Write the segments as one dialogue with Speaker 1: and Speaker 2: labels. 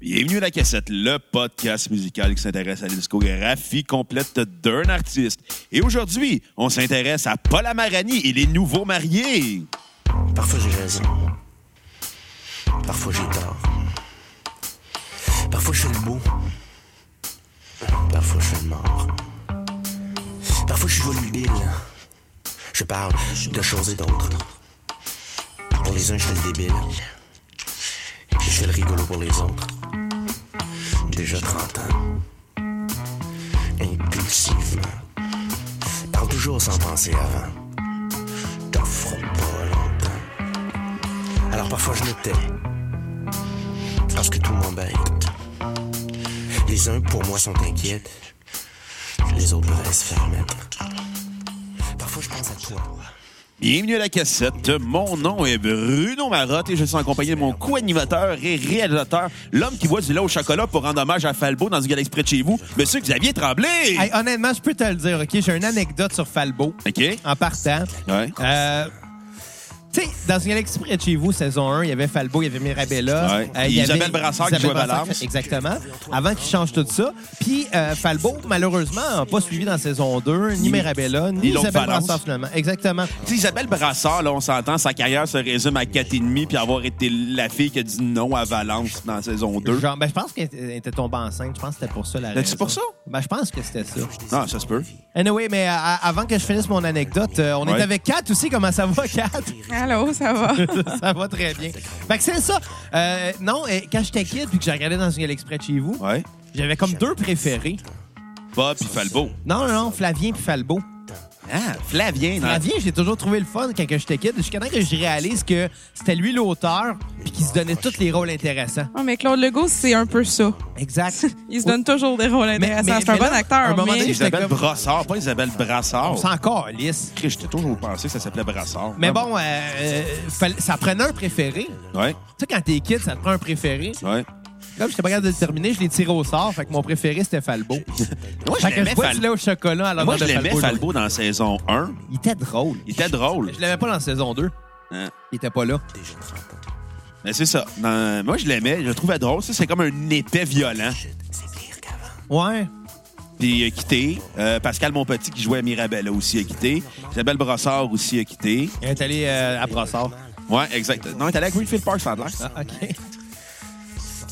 Speaker 1: Bienvenue à la cassette, le podcast musical qui s'intéresse à la discographie complète d'un artiste. Et aujourd'hui, on s'intéresse à Paul Amarani et les nouveaux mariés.
Speaker 2: Parfois j'ai raison. Parfois j'ai tort. Parfois je suis le beau. Parfois je suis le mort. Parfois je suis volubile. Je parle de choses et d'autres. Pour les uns, je fais le débile. Et je fais le rigolo pour les autres. Déjà 30 ans. Impulsivement. Parle toujours sans penser avant. T'offre pas longtemps. Alors parfois je me tais. Parce que tout m'embête. Les uns pour moi sont inquiets. Les autres me laissent faire mettre. Parfois je pense à toi.
Speaker 1: Bienvenue à la cassette. Mon nom est Bruno Marotte et je suis en compagnie de mon co-animateur et réalisateur, l'homme qui boit du lait au chocolat pour rendre hommage à Falbo dans une galaxie près de chez vous, Monsieur Xavier Tremblay.
Speaker 3: Hey, honnêtement, je peux te le dire, OK? J'ai une anecdote sur Falbo
Speaker 1: OK?
Speaker 3: en partant.
Speaker 1: Ouais.
Speaker 3: Euh, tu sais, dans une galaxie près de chez vous, saison 1, il y avait Falbo, il y avait Mirabella. Euh,
Speaker 1: Ouais.
Speaker 3: il y
Speaker 1: Isabelle
Speaker 3: avait
Speaker 1: Brassard qui jouait
Speaker 3: Brassard,
Speaker 1: Valence.
Speaker 3: Exactement. Avant qu'il change tout ça. Puis euh, Falbo, malheureusement, n'a pas suivi dans saison 2, ni Mirabella, ni,
Speaker 1: ni l'autre
Speaker 3: Isabelle
Speaker 1: Valence.
Speaker 3: Brassard, finalement. Exactement.
Speaker 1: Tu sais, Isabelle Brassard, là, on s'entend, sa carrière se résume à 4,5 puis avoir été la fille qui a dit non à Valence dans saison 2.
Speaker 3: Genre, ben, je pense qu'elle était- était tombée enceinte. Je pense que c'était pour ça la
Speaker 1: C'était-tu
Speaker 3: raison.
Speaker 1: pour ça?
Speaker 3: Ben, je pense que c'était ça.
Speaker 1: Non, Ah, ça se peut.
Speaker 3: Anyway, mais euh, avant que je finisse mon anecdote, euh, on
Speaker 1: Ouais.
Speaker 3: est avec Kat aussi. Comment ça va, Kat?
Speaker 4: Allô, ça va?
Speaker 3: ça va très bien. Fait que c'est ça. Euh, non, euh, quand j'étais kid puis que j'ai regardé dans une galaxie près de chez vous,
Speaker 1: Ouais.
Speaker 3: j'avais comme deux préférés.
Speaker 1: Bob puis Falbo.
Speaker 3: Non, non, non, Flavien puis Falbo.
Speaker 1: Ah, Flavien. non?
Speaker 3: Flavien, j'ai toujours trouvé le fun quand que j'étais kid, jusqu'à temps que je réalise que c'était lui l'auteur puis qu'il se donnait tous les rôles intéressants.
Speaker 4: Non, mais Claude Legault, c'est un peu ça.
Speaker 3: Exact.
Speaker 4: Il se donne toujours des rôles intéressants.
Speaker 3: mais-
Speaker 4: C'est un
Speaker 3: mais
Speaker 4: bon
Speaker 3: là, à un
Speaker 4: acteur,
Speaker 3: moment
Speaker 4: mais
Speaker 3: donné,
Speaker 1: Isabelle
Speaker 3: J'étais comme-
Speaker 1: Brassard, pas Isabelle Brassard.
Speaker 3: On s'en calisse.
Speaker 1: Christ, J'étais toujours pensé que ça s'appelait Brassard.
Speaker 3: Mais bon, euh, euh, fallait- ça prenait un préféré.
Speaker 1: Ouais,
Speaker 3: Tu sais, quand t'es kid, ça te prend un préféré.
Speaker 1: ouais.
Speaker 3: Comme j'étais pas capable de le terminer, je l'ai tiré au sort. Fait que mon préféré, c'était Falbo.
Speaker 1: Moi, je
Speaker 3: Fait que
Speaker 1: l'aimais,
Speaker 3: je bois
Speaker 1: Fal-
Speaker 3: du lait au chocolat à
Speaker 1: Moi,
Speaker 3: l'honneur
Speaker 1: je
Speaker 3: de
Speaker 1: l'aimais,
Speaker 3: Falbo.
Speaker 1: Falbo, dans saison 1.
Speaker 3: Il était drôle.
Speaker 1: Il était drôle.
Speaker 3: Je l'aimais pas dans saison 2.
Speaker 1: Hein.
Speaker 3: Il était pas là.
Speaker 2: Déjà 30 ans.
Speaker 1: Mais c'est ça. Dans- Moi, je l'aimais. Je le trouvais drôle. Ça, c'est comme un épais violent.
Speaker 2: C'est pire qu'avant.
Speaker 3: Ouais.
Speaker 1: Puis il a quitté. Euh, Pascal Monpetit, qui jouait à Mirabella, aussi a quitté. Isabelle Brassard aussi a quitté.
Speaker 3: Il est allé euh, à Brassard.
Speaker 1: Ouais, exact. Non, t'es allé à Greenfield Park, ça a l'air.
Speaker 3: Ah, OK.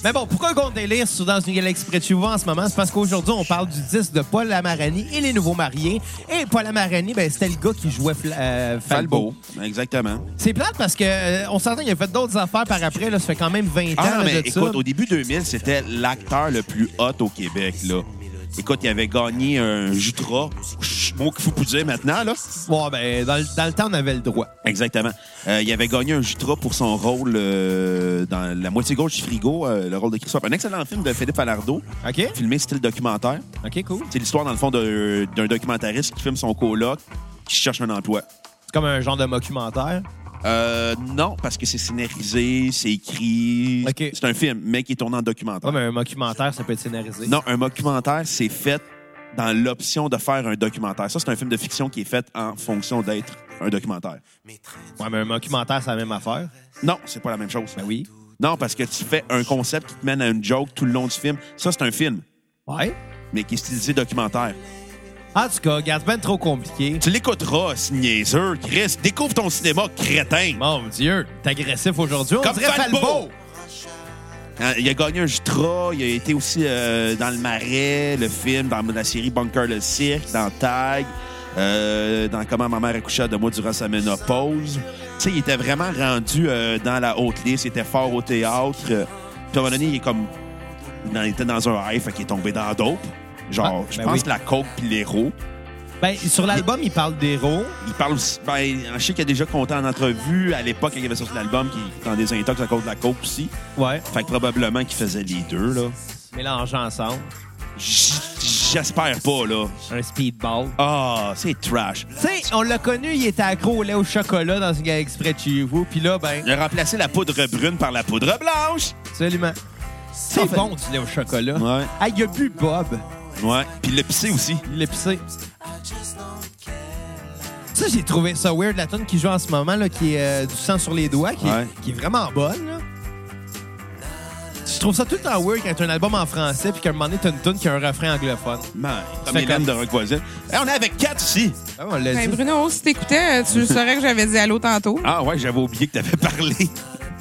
Speaker 3: Mais bon, pourquoi qu'on délire sur Dans une galaxie près de chez vous en ce moment? C'est parce qu'aujourd'hui, on parle du 10 de Paul Lamarani et les nouveaux mariés. Et Paul Lamarani, ben, c'était le gars qui jouait Fla- euh, Falbo.
Speaker 1: Falbo. Exactement.
Speaker 3: C'est plate parce que euh, on s'entend qu'il a fait d'autres affaires par après. Là, ça fait quand même 20 ans
Speaker 1: Ah non,
Speaker 3: là,
Speaker 1: mais
Speaker 3: de
Speaker 1: écoute,
Speaker 3: ça.
Speaker 1: au début 2000, c'était l'acteur le plus hot au Québec, là. Écoute, il avait gagné un Jutra, Chut, mot qu'il faut plus dire maintenant, là.
Speaker 3: Ouais, ben, dans, le- dans le temps, on avait le droit.
Speaker 1: Exactement. Euh, il avait gagné un Jutra pour son rôle euh, dans La moitié gauche du frigo, euh, le rôle de Christophe. Un excellent film de Philippe Falardeau,
Speaker 3: OK?
Speaker 1: filmé style documentaire.
Speaker 3: OK, cool.
Speaker 1: C'est l'histoire, dans le fond, de- d'un documentariste qui filme son coloc qui cherche un emploi.
Speaker 3: C'est comme un genre de documentaire.
Speaker 1: Euh, non, parce que c'est scénarisé, c'est écrit.
Speaker 3: Ok.
Speaker 1: C'est un film, mais qui est tourné en documentaire.
Speaker 3: Ouais, mais un documentaire, ça peut être scénarisé.
Speaker 1: Non, un documentaire, c'est fait dans l'option de faire un documentaire. Ça, c'est un film de fiction qui est fait en fonction d'être un documentaire.
Speaker 2: Mes trains
Speaker 3: Ouais, mais un documentaire, c'est la même affaire.
Speaker 1: Non, c'est pas la même chose.
Speaker 3: Ben oui.
Speaker 1: Non, parce que tu fais un concept qui te mène à une joke tout le long du film. Ça, c'est un film,
Speaker 3: Ouais.
Speaker 1: mais qui est stylisé documentaire.
Speaker 3: En tout cas, regarde, c'est ben trop compliqué.
Speaker 1: Tu l'écouteras, c'est niaiseux, Chris. Découvre ton cinéma, crétin.
Speaker 3: Mon Dieu, t'es agressif aujourd'hui. On
Speaker 1: Comme
Speaker 3: dirait
Speaker 1: Falbo.
Speaker 3: Falbo.
Speaker 1: Hein, Il a gagné un Jutra, il a été aussi euh, dans Le Marais, le film, dans la série Bunker le Cirque, dans Tag, euh, dans Comment ma mère accoucha de moi durant sa ménopause. Tu sais, il était vraiment rendu euh, dans la haute liste, il était fort au théâtre. Euh, Puis à un moment donné, il est comme. dans- il était dans un high, fait qu'il est tombé dans la dope. Genre,
Speaker 3: Ah,
Speaker 1: je
Speaker 3: ben
Speaker 1: pense
Speaker 3: oui.
Speaker 1: que la coke puis l'héros.
Speaker 3: Ben, sur l'album, il parle d'héros.
Speaker 1: Il parle aussi. Ben, je sais qu'il a déjà compté en entrevue à l'époque quand il avait sorti l'album qui était en désintox à cause de la coke aussi.
Speaker 3: Ouais.
Speaker 1: Fait que probablement qu'il faisait les deux, là.
Speaker 3: Mélangés ensemble.
Speaker 1: J- J'espère pas, là.
Speaker 3: Un speedball.
Speaker 1: Ah, c'est trash.
Speaker 3: Tu sais, on l'a connu, il était accro au lait au chocolat dans une galaxie près de chez vous. Puis là, ben,
Speaker 1: Il a remplacé la poudre brune par la poudre blanche.
Speaker 3: absolument. C'est
Speaker 1: fait-
Speaker 3: bon du lait au chocolat.
Speaker 1: Ouais.
Speaker 3: Ah, il a bu Bob.
Speaker 1: Ouais. Puis le pissé aussi.
Speaker 3: Il l'a pissé. Ça, j'ai trouvé ça weird, la tune qui joue en ce moment, là, qui est euh, du sang sur les doigts, qui, est-
Speaker 1: Ouais.
Speaker 3: qui est vraiment bonne. là. Je trouve ça tout le temps weird quand t'as un album en français puis qu'à un moment donné, t'as une tune qui a un refrain anglophone.
Speaker 1: Man, comme
Speaker 3: Fait
Speaker 1: Hélène
Speaker 3: comme-
Speaker 1: de Rock Voisine. Hey, on est avec quatre ici.
Speaker 3: Ah, on l'a
Speaker 4: Ben,
Speaker 3: dit.
Speaker 4: Bruno, si t'écoutais, tu saurais que j'avais dit allô tantôt.
Speaker 1: Ah ouais, j'avais oublié que t'avais parlé.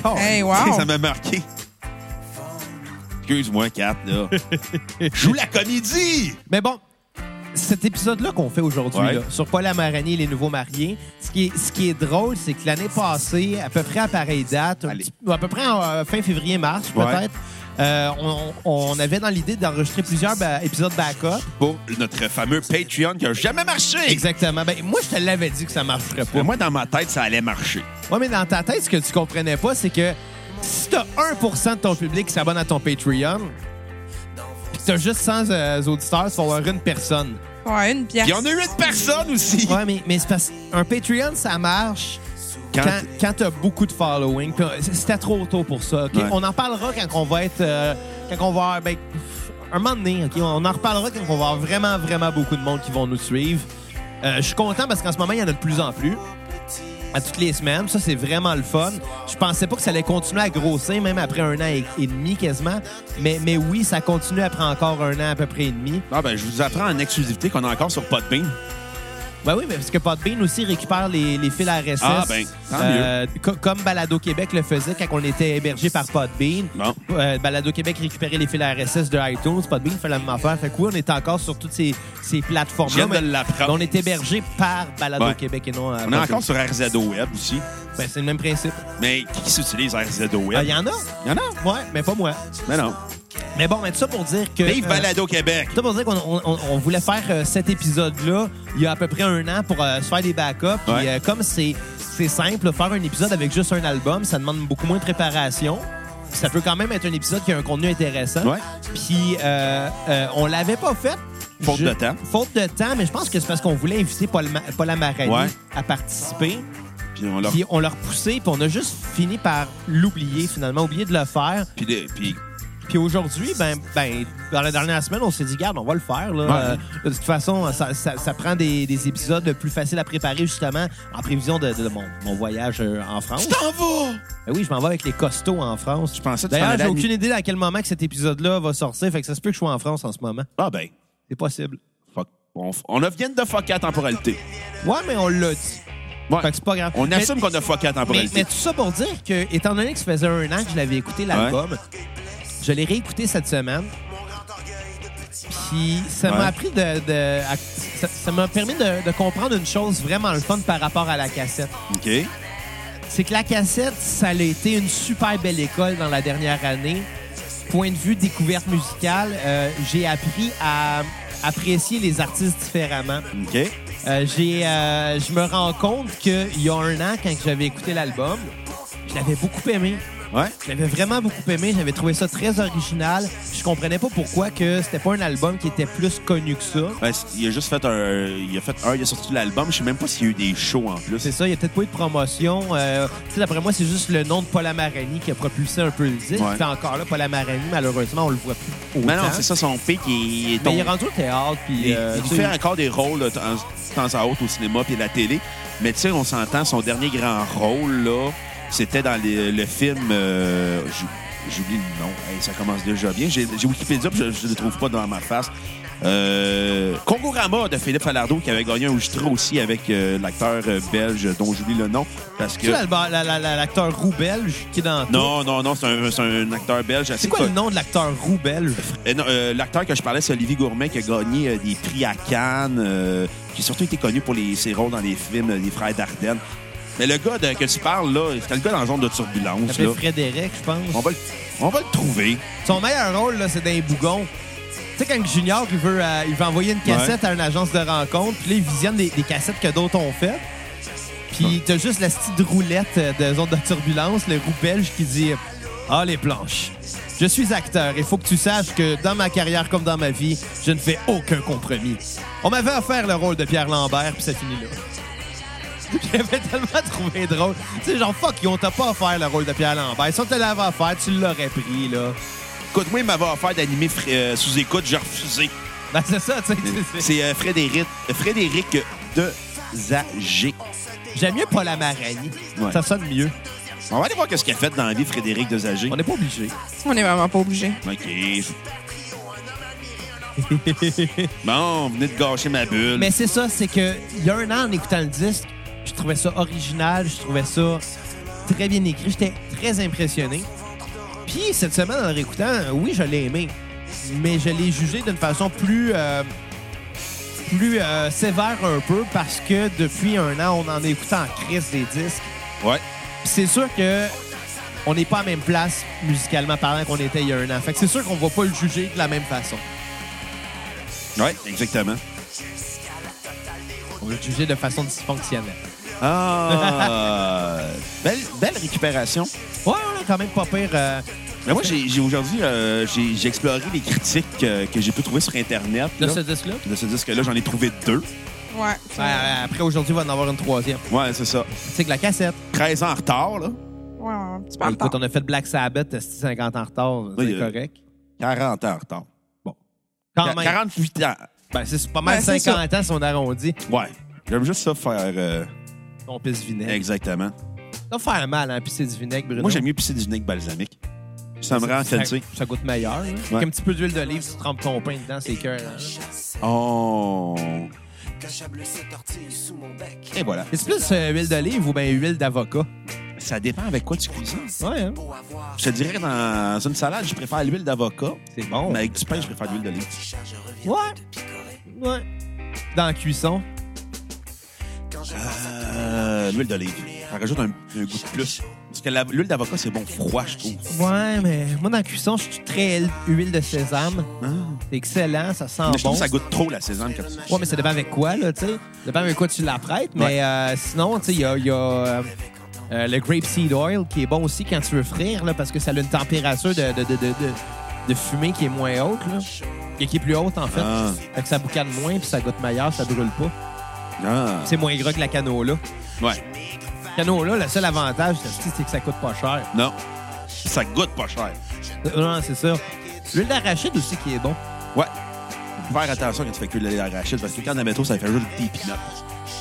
Speaker 3: Oh,
Speaker 4: Hey, wow.
Speaker 1: Ça m'a marqué. Excuse-moi, Kat, là. Joue la comédie!
Speaker 3: Mais bon, cet épisode-là qu'on fait aujourd'hui,
Speaker 1: Ouais.
Speaker 3: là, sur Paul Amarani et les nouveaux mariés, ce qui est, ce qui est drôle, c'est que l'année passée, à peu près à pareille date, un
Speaker 1: Allez.
Speaker 3: petit- à peu près en euh, fin février-mars,
Speaker 1: Ouais.
Speaker 3: peut-être, euh, on, on avait dans l'idée d'enregistrer plusieurs ba- épisodes back-up.
Speaker 1: Pour notre fameux Patreon qui a jamais marché!
Speaker 3: Exactement. Ben, moi, je te l'avais dit que ça marcherait pas.
Speaker 1: Mais Moi, dans ma tête, ça allait marcher.
Speaker 3: Ouais, mais dans ta tête, ce que tu comprenais pas, c'est que si t'as 1 de ton public qui s'abonne à ton Patreon, pis t'as juste 100 euh, auditeurs, ça va avoir une personne.
Speaker 4: Ouais, une pièce.
Speaker 1: Il y en a huit personnes aussi!
Speaker 3: Ouais, mais, mais c'est parce qu'un Patreon, ça marche
Speaker 1: Quand-
Speaker 3: quand, quand t'as beaucoup de following. Puis, euh, C'était trop tôt pour ça. OK?
Speaker 1: Ouais.
Speaker 3: On en parlera quand on va être. euh, quand on va. avoir- Ben, pff, un moment donné, OK? on en reparlera quand on va avoir vraiment, vraiment beaucoup de monde qui vont nous suivre. Euh, je suis content parce qu'en ce moment, il y en a de plus en plus. À toutes les semaines. Ça, c'est vraiment le fun. Je pensais pas que ça allait continuer à grossir, même après un an et, et demi quasiment. Mais, mais oui, ça continue après encore un an à peu près et demi.
Speaker 1: Ah, ben, je vous apprends en exclusivité qu'on est encore sur Podbean.
Speaker 3: Ben oui, mais parce que Podbean aussi récupère les, les fils RSS.
Speaker 1: Ah, ben, tant
Speaker 3: Euh, co- comme Balado Québec le faisait quand on était hébergé par Podbean.
Speaker 1: Bon.
Speaker 3: Euh, Balado Québec récupérait les fils RSS de iTunes. Podbean fait la même affaire. Fait que oui, on est encore sur toutes ces, ces
Speaker 1: Je viens
Speaker 3: plateformes-là.
Speaker 1: de
Speaker 3: mais- mais
Speaker 1: l'apprendre.
Speaker 3: On est hébergé par Balado
Speaker 1: Ouais.
Speaker 3: Québec et non. euh,
Speaker 1: On est
Speaker 3: Podbean.
Speaker 1: encore sur RZO Web aussi.
Speaker 3: Ben, c'est le même principe.
Speaker 1: Mais qui s'utilise RZO
Speaker 3: Ah,
Speaker 1: Web?
Speaker 3: Il y en a?
Speaker 1: Il y en a?
Speaker 3: Ouais, mais pas moi.
Speaker 1: Mais non.
Speaker 3: Mais bon, mais tout ça pour dire que.
Speaker 1: Vive
Speaker 3: euh,
Speaker 1: Balado Québec!
Speaker 3: Ça pour dire qu'on on- on- on voulait faire euh, cet épisode-là il y a à peu près un an pour euh, se faire des backups. Puis
Speaker 1: Ouais.
Speaker 3: euh, comme c'est c'est simple, faire un épisode avec juste un album, ça demande beaucoup moins de préparation. Puis Ça peut quand même être un épisode qui a un contenu intéressant.
Speaker 1: Ouais.
Speaker 3: Puis euh, euh, on l'avait pas fait.
Speaker 1: Faute de temps.
Speaker 3: Faute de temps, mais je pense que c'est parce qu'on voulait inviter Paul, Ma- Paul Amarani
Speaker 1: Ouais.
Speaker 3: à participer.
Speaker 1: Puis on leur
Speaker 3: Puis on l'a repoussé, puis on a juste fini par l'oublier finalement, oublier de le faire.
Speaker 1: Puis, le- puis
Speaker 3: Puis aujourd'hui, ben, ben, dans la dernière semaine, on s'est dit, garde, on va le faire. Là.
Speaker 1: Ouais.
Speaker 3: Euh, de toute façon, ça, ça- ça prend des, des épisodes plus faciles à préparer, justement, en prévision de, de mon, mon voyage euh, en France.
Speaker 1: t'en vas!
Speaker 3: Ben oui, je m'en vais avec les costauds en France.
Speaker 1: Je pensais que tu t'en
Speaker 3: D'ailleurs,
Speaker 1: allais
Speaker 3: j'ai
Speaker 1: à
Speaker 3: aucune idée à quel moment que cet épisode-là va sortir. Fait que ça se peut que je sois en France en ce moment.
Speaker 1: Ah ben,
Speaker 3: C'est possible.
Speaker 1: fuck. On, f- on a- vient de fucker la temporalité.
Speaker 3: Ouais, mais on l'a dit.
Speaker 1: Ouais.
Speaker 3: Fait que c'est pas grave.
Speaker 1: On
Speaker 3: Mais-
Speaker 1: assume qu'on a fucké la
Speaker 3: Mais, mais
Speaker 1: temporalité.
Speaker 3: tout ça pour dire que, étant donné que ça faisait un an que je l'avais écouté, l'album, je l'ai réécouté cette semaine. Puis ça
Speaker 1: Ouais.
Speaker 3: m'a appris de. de- à- ça- ça m'a permis de, de comprendre une chose vraiment le fun par rapport à la cassette.
Speaker 1: OK.
Speaker 3: C'est que la cassette, ça a été une super belle école dans la dernière année. Point de vue découverte musicale, euh, j'ai appris à apprécier les artistes différemment.
Speaker 1: OK.
Speaker 3: Euh, j'ai, euh, je me rends compte qu'il y a un an, quand j'avais écouté l'album, je l'avais beaucoup aimé.
Speaker 1: Ouais.
Speaker 3: Je l'avais vraiment beaucoup aimé. J'avais trouvé ça très original. Je comprenais pas pourquoi que c'était pas un album qui était plus connu que ça.
Speaker 1: Ben, c- il a juste fait un. Il a fait un, il a sorti l'album. Je sais même pas s'il y a eu des shows en plus.
Speaker 3: C'est ça, il y a peut-être pas eu de promotion. Euh, tu sais, d'après moi, c'est juste le nom de Paul Amarani qui a propulsé un peu le disque.
Speaker 1: Ouais.
Speaker 3: Puis encore là, Paul Amarani, malheureusement, on le voit plus autant.
Speaker 1: Mais non, c'est ça, son pic. Il, est
Speaker 3: Mais il est
Speaker 1: tombé-
Speaker 3: rendu au théâtre, puis...
Speaker 1: il,
Speaker 3: euh,
Speaker 1: il
Speaker 3: tu sais,
Speaker 1: fait encore des rôles de temps de temps à autre au cinéma puis à la télé. Mais tu sais, on s'entend, son dernier grand rôle, là, c'était dans les- le film. euh, j'ou- J'oublie le nom. Hey, ça commence déjà bien. J'ai j'ai Wikipédia, puis je- je ne le trouve pas dans ma face. Euh, Kongorama de Philippe Falardeau qui avait gagné un Ujtra aussi avec euh, l'acteur euh, belge dont j'oublie le nom parce que
Speaker 3: tu sais, l'alba- la- la- la- l'acteur roux belge qui est dans... tout.
Speaker 1: non non non c'est un, c'est un acteur belge assez
Speaker 3: C'est quoi le nom de l'acteur roux belge?
Speaker 1: Euh, non, euh, L'acteur que je parlais, c'est Olivier Gourmet, qui a gagné euh, des prix à Cannes, euh, qui a surtout été connu pour les, ses rôles dans les films euh, Les Frères d'Ardenne. Mais le gars de- que tu parles, là, c'était le gars dans la zone de
Speaker 3: Il
Speaker 1: turbulence. Là.
Speaker 3: s'appelle Frédéric, je pense.
Speaker 1: On, va le, on va le trouver.
Speaker 3: Son meilleur rôle, là, c'est d'un bougon. Tu sais, quand Junior, il veut, euh, il veut envoyer une cassette à une agence de rencontre, puis là, il visionne des, des cassettes que d'autres ont faites. Puis t'as juste la petite roulette euh, de zone de turbulence, le roux belge qui dit « Ah, les planches. Je suis acteur. Il faut que tu saches que dans ma carrière comme dans ma vie, je ne fais aucun compromis. » On m'avait offert le rôle de Pierre Lambert, puis ça finit là. J'avais tellement trouvé drôle. Tu sais, genre, fuck, ils ont t'a pas offert le rôle de Pierre Lambert. Si on te l'avait offert, tu l'aurais pris, là.
Speaker 1: Écoute, moi, il m'avait offert d'animer Fr- euh, sous écoute, j'ai refusé.
Speaker 3: Ben, c'est ça, tu sais. c'est- c'est-
Speaker 1: C'est euh, Frédéric, euh, Frédéric de Zagé.
Speaker 3: J'aime mieux Paul Amarani.
Speaker 1: Ouais.
Speaker 3: Ça sonne mieux.
Speaker 1: On va aller voir qu'est-ce qu'il a fait dans la vie, Frédéric Desager.
Speaker 3: On n'est pas obligé.
Speaker 4: On n'est vraiment pas obligé.
Speaker 1: OK. bon, venez de gâcher ma bulle.
Speaker 3: Mais c'est ça, c'est que il y a un an, en écoutant le disque, je trouvais ça original, je trouvais ça très bien écrit, j'étais très impressionné. Puis cette semaine, en le réécoutant, oui, je l'ai aimé, mais je l'ai jugé d'une façon plus, euh, plus euh, sévère un peu parce que depuis un an, on en écoutait en crise des disques.
Speaker 1: Ouais.
Speaker 3: Puis c'est sûr que on n'est pas à la même place musicalement parlant qu'on était il y a un an. Fait que c'est sûr qu'on va pas le juger de la même façon.
Speaker 1: Ouais, exactement.
Speaker 3: On va le juger de façon dysfonctionnelle.
Speaker 1: Ah! belle, belle récupération.
Speaker 3: Ouais, ouais, quand même pas pire. euh,
Speaker 1: Mais moi, j'ai j'ai- aujourd'hui, euh, j'ai j'ai exploré les critiques euh, que j'ai pu trouver sur Internet.
Speaker 3: de
Speaker 1: là.
Speaker 3: ce disque-là.
Speaker 1: De ce disque-là, j'en ai trouvé deux.
Speaker 4: Ouais.
Speaker 3: Ouais, ouais, après, aujourd'hui, il va en avoir une troisième.
Speaker 1: Ouais, c'est ça.
Speaker 3: C'est que la cassette.
Speaker 1: 13 ans en retard, là.
Speaker 4: Ouais, ouais, un petit peu en
Speaker 3: Écoute,
Speaker 4: retard.
Speaker 3: on a fait Black Sabbath, euh, 50 en retard, c'est
Speaker 1: Oui, euh,
Speaker 3: correct.
Speaker 1: 40 ans en retard.
Speaker 3: Bon. Quand
Speaker 1: Qu-
Speaker 3: même.
Speaker 1: 48 ans.
Speaker 3: Ben, c'est pas mal
Speaker 4: Ben, c'est
Speaker 3: 50 ans si on arrondit.
Speaker 1: Ouais. J'aime juste ça faire. euh,
Speaker 3: On pisse vinaigre.
Speaker 1: exactement.
Speaker 3: Ça va faire mal, hein, pisser du vinaigre, Bruno.
Speaker 1: Moi, j'aime mieux pisser du nez que balsamique. Ça me rend
Speaker 3: ça,
Speaker 1: fancy.
Speaker 3: ça goûte meilleur. hein. Avec un petit peu d'huile d'olive, tu trempes ton pain dedans, c'est cœur. hein.
Speaker 1: Oh.
Speaker 2: Que j'able cette ortie sous mon bec.
Speaker 1: Et voilà.
Speaker 3: C'est plus euh, huile d'olive ou bien huile d'avocat.
Speaker 1: Ça dépend avec quoi tu cuisines.
Speaker 3: Ouais, hein.
Speaker 2: Beau à voir.
Speaker 1: Je te dirais, dans une salade, je préfère l'huile d'avocat.
Speaker 3: C'est bon.
Speaker 1: Mais avec du pain, je préfère l'huile d'olive.
Speaker 2: Si charge revient
Speaker 3: Ouais.
Speaker 2: te picorer.
Speaker 3: Ouais. Dans la cuisson.
Speaker 2: Quand je pense à
Speaker 1: Euh, l'huile d'olive. Ça rajoute un, un goût de plus. Parce que la- l'huile d'avocat, c'est bon froid, je trouve.
Speaker 3: Ouais, mais moi, dans la cuisson, je suis très huile de sésame. C'est excellent, ça sent
Speaker 1: Ah. Mais je
Speaker 3: bon.
Speaker 1: trouve que ça goûte trop la sésame comme ça.
Speaker 3: Ouais, mais ça dépend avec quoi, là, tu sais. Ça dépend avec quoi tu l'apprêtes. Mais euh, sinon, tu sais, il y a, il y a, euh, euh, le grape seed oil qui est bon aussi quand tu veux frire, là, parce que ça a une température de, de, de, de, de- de fumée qui est moins haute, là. Et qui est plus haute, en fait.
Speaker 1: Ah.
Speaker 3: Fait que ça boucane moins, puis ça goûte meilleur, ça brûle pas.
Speaker 1: Ah.
Speaker 3: C'est moins gras que la canola.
Speaker 1: Ouais.
Speaker 3: Canola, le seul avantage, c'est c'est que ça coûte pas cher.
Speaker 1: Non. Ça goûte pas cher.
Speaker 3: Euh, Non, c'est ça. L'huile d'arachide aussi qui est bon.
Speaker 1: Ouais. Faut Faire attention quand tu fais cuire de l'arachide, parce que quand la métaux, ça fait juste des pinottes.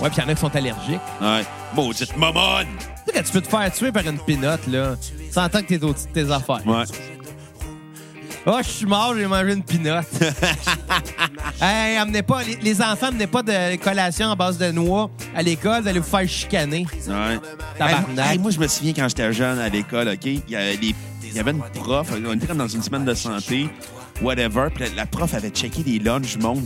Speaker 3: Ouais, puis il y en a qui sont allergiques.
Speaker 1: Ouais. Maudite mamonne!
Speaker 3: Tu sais, quand tu peux te faire tuer par une pinotte, là, tu entends que t'es au-dessus de tes affaires.
Speaker 1: Ouais.
Speaker 3: Ah, je suis mort, j'ai mangé une pinotte. hey, amenez pas, les, les enfants, amenez pas de collation en base de noix à l'école, vous allez vous faire chicaner.
Speaker 1: Ouais.
Speaker 3: Tabarnak.
Speaker 1: Hey, hey, moi, je me souviens quand j'étais jeune à l'école, OK? Il y avait, des- il y avait une prof, on était comme dans une semaine de santé, whatever, puis la- la prof avait checké les lunchs du monde.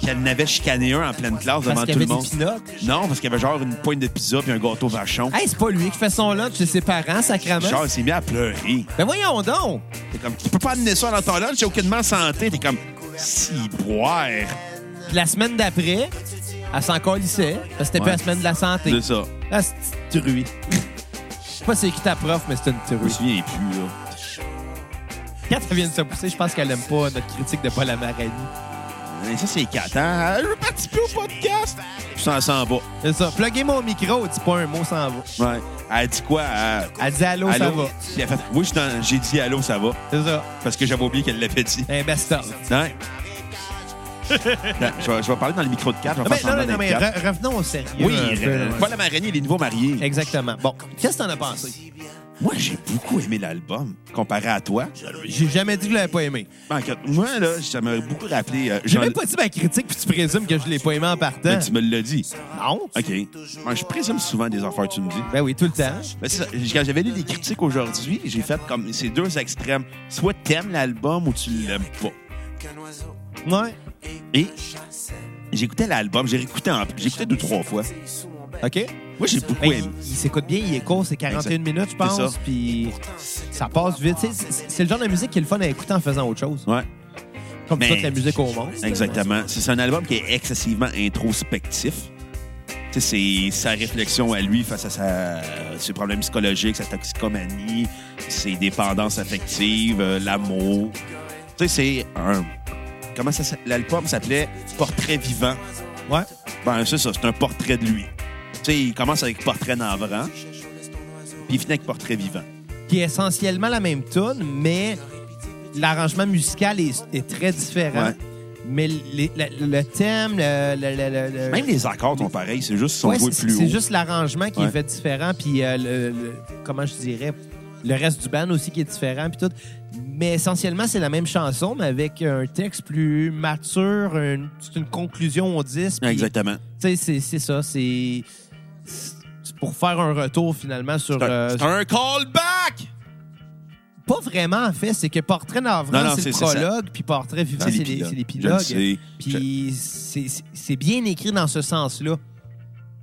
Speaker 1: Qu'elle n'avait chicané un en pleine classe devant
Speaker 3: Parce qu'il
Speaker 1: tout
Speaker 3: y
Speaker 1: le
Speaker 3: avait
Speaker 1: monde.
Speaker 3: des pinottes.
Speaker 1: Non, parce qu'il y avait genre une pointe de pizza puis un gâteau vachon.
Speaker 3: Hey, c'est pas lui qui fait son lunch chez ses parents, sacrément.
Speaker 1: Genre, il s'est mis à pleurer.
Speaker 3: Ben voyons donc.
Speaker 1: T'es comme, tu peux pas amener ça dans ton lunch, j'ai aucunement santé. T'es comme, si boire.
Speaker 3: Puis la semaine d'après, elle s'en calissait, parce que c'était plus
Speaker 1: Ouais.
Speaker 3: la semaine de la santé.
Speaker 1: C'est ça.
Speaker 3: Ah, c'est une truie. Je sais pas c'est qui ta prof, mais c'est une
Speaker 1: Je me
Speaker 3: truie.
Speaker 1: souviens plus, là.
Speaker 3: Quand elle vient de se pousser, je pense qu'elle aime pas notre critique de Paul Amarani.
Speaker 1: Mais ça, c'est éclatant. Euh, Je veux participer au podcast. Puis ça s'en va.
Speaker 3: C'est ça. Pluguez mon micro, dis pas un mot, ça en va.
Speaker 1: Ouais. Elle dit quoi? Elle,
Speaker 3: Elle dit allô, ça va.
Speaker 1: Puis elle fait, oui, je suis dans- j'ai dit allô, ça va.
Speaker 3: C'est ça.
Speaker 1: Parce que j'avais oublié qu'elle l'avait dit.
Speaker 3: Un best-of.
Speaker 1: Ouais. Attends, je, vais, je vais parler dans le micro de 4. Je vais
Speaker 3: Mais
Speaker 1: faire
Speaker 3: non,
Speaker 1: semblant d'être
Speaker 3: Ah ben, non, non, mais
Speaker 1: quatre.
Speaker 3: re- revenons au sérieux.
Speaker 1: Oui,
Speaker 3: un peu,
Speaker 1: euh,
Speaker 3: là.
Speaker 1: Paul Amarani, les nouveaux mariés.
Speaker 3: Exactement. Bon, qu'est-ce que t'en as pensé?
Speaker 1: Moi, j'ai beaucoup aimé l'album, comparé à toi.
Speaker 3: J'ai jamais dit que je l'avais pas aimé.
Speaker 1: Ben, que- Moi, là, ça m'a beaucoup rappelé. euh,
Speaker 3: J'ai
Speaker 1: Jean-
Speaker 3: même pas dit ma critique, puis tu présumes que je l'ai pas aimé en partant.
Speaker 1: Ben, tu me l'as dit.
Speaker 3: Non.
Speaker 1: OK. Ben, je présume souvent des affaires que tu me dis.
Speaker 3: Ben oui, tout le temps.
Speaker 1: Ben, c'est ça. Quand j'avais lu les critiques aujourd'hui, j'ai fait comme ces deux extrêmes. Soit t'aimes l'album ou tu l'aimes pas.
Speaker 2: qu'un oiseau
Speaker 3: Ouais.
Speaker 1: Et
Speaker 2: chassait
Speaker 1: j'écoutais l'album, j'ai réécouté en j'ai écouté deux, trois fois.
Speaker 2: sous mon bec.
Speaker 3: OK?
Speaker 1: Moi, j'ai beaucoup
Speaker 3: Ben,
Speaker 1: aimé.
Speaker 3: il, il s'écoute bien, il est court, c'est 41
Speaker 1: Exact.
Speaker 3: minutes, je
Speaker 1: C'est
Speaker 3: pense.
Speaker 1: ça.
Speaker 3: Puis ça passe vite. Tu sais, C'est c'est- c'est le genre de musique qui est le fun à écouter en faisant autre chose.
Speaker 1: Ouais,
Speaker 3: Comme
Speaker 1: Mais-
Speaker 3: toute la musique au monde.
Speaker 1: exactement. C'est c'est un album qui est excessivement introspectif. Tu sais, C'est sa réflexion à lui face à sa- ses problèmes psychologiques, sa toxicomanie, ses dépendances affectives, euh, l'amour. Tu sais, c'est un. Comment ça s'appelle? L'album s'appelait Portrait vivant.
Speaker 3: Ouais.
Speaker 1: Ben, c'est ça, c'est un portrait de lui. Tu sais, il commence avec portrait navrant, puis il finit avec portrait vivant.
Speaker 3: Qui est essentiellement la même tune, mais l'arrangement musical est, est très différent.
Speaker 1: Ouais.
Speaker 3: Mais les- le, le thème, le, le- le- le- le-
Speaker 1: Même les accords sont pareils, c'est juste qu'ils sont
Speaker 3: Ouais,
Speaker 1: joués
Speaker 3: c'est-
Speaker 1: plus haut.
Speaker 3: C'est juste l'arrangement qui
Speaker 1: Ouais.
Speaker 3: est fait différent, puis euh, le, le- comment je dirais, le reste du band aussi qui est différent, puis tout. Mais essentiellement, c'est la même chanson, mais avec un texte plus mature, une, c'est une conclusion au disque. puis,
Speaker 1: Exactement.
Speaker 3: Tu sais, c'est- c'est ça, c'est c'est pour faire un retour finalement sur.
Speaker 1: C'est un-
Speaker 3: euh,
Speaker 1: c'est un callback!
Speaker 3: pas vraiment, en fait, c'est que Portrait
Speaker 1: Non,
Speaker 3: d'Avran,
Speaker 1: non,
Speaker 3: c'est
Speaker 1: c'est-
Speaker 3: le
Speaker 1: c'est ça.
Speaker 3: prologue, puis Portrait vivant, c'est les- c'est
Speaker 1: Je le
Speaker 3: l'épilogue.
Speaker 1: sais.
Speaker 3: Puis c'est- c'est c'est bien écrit dans ce sens-là.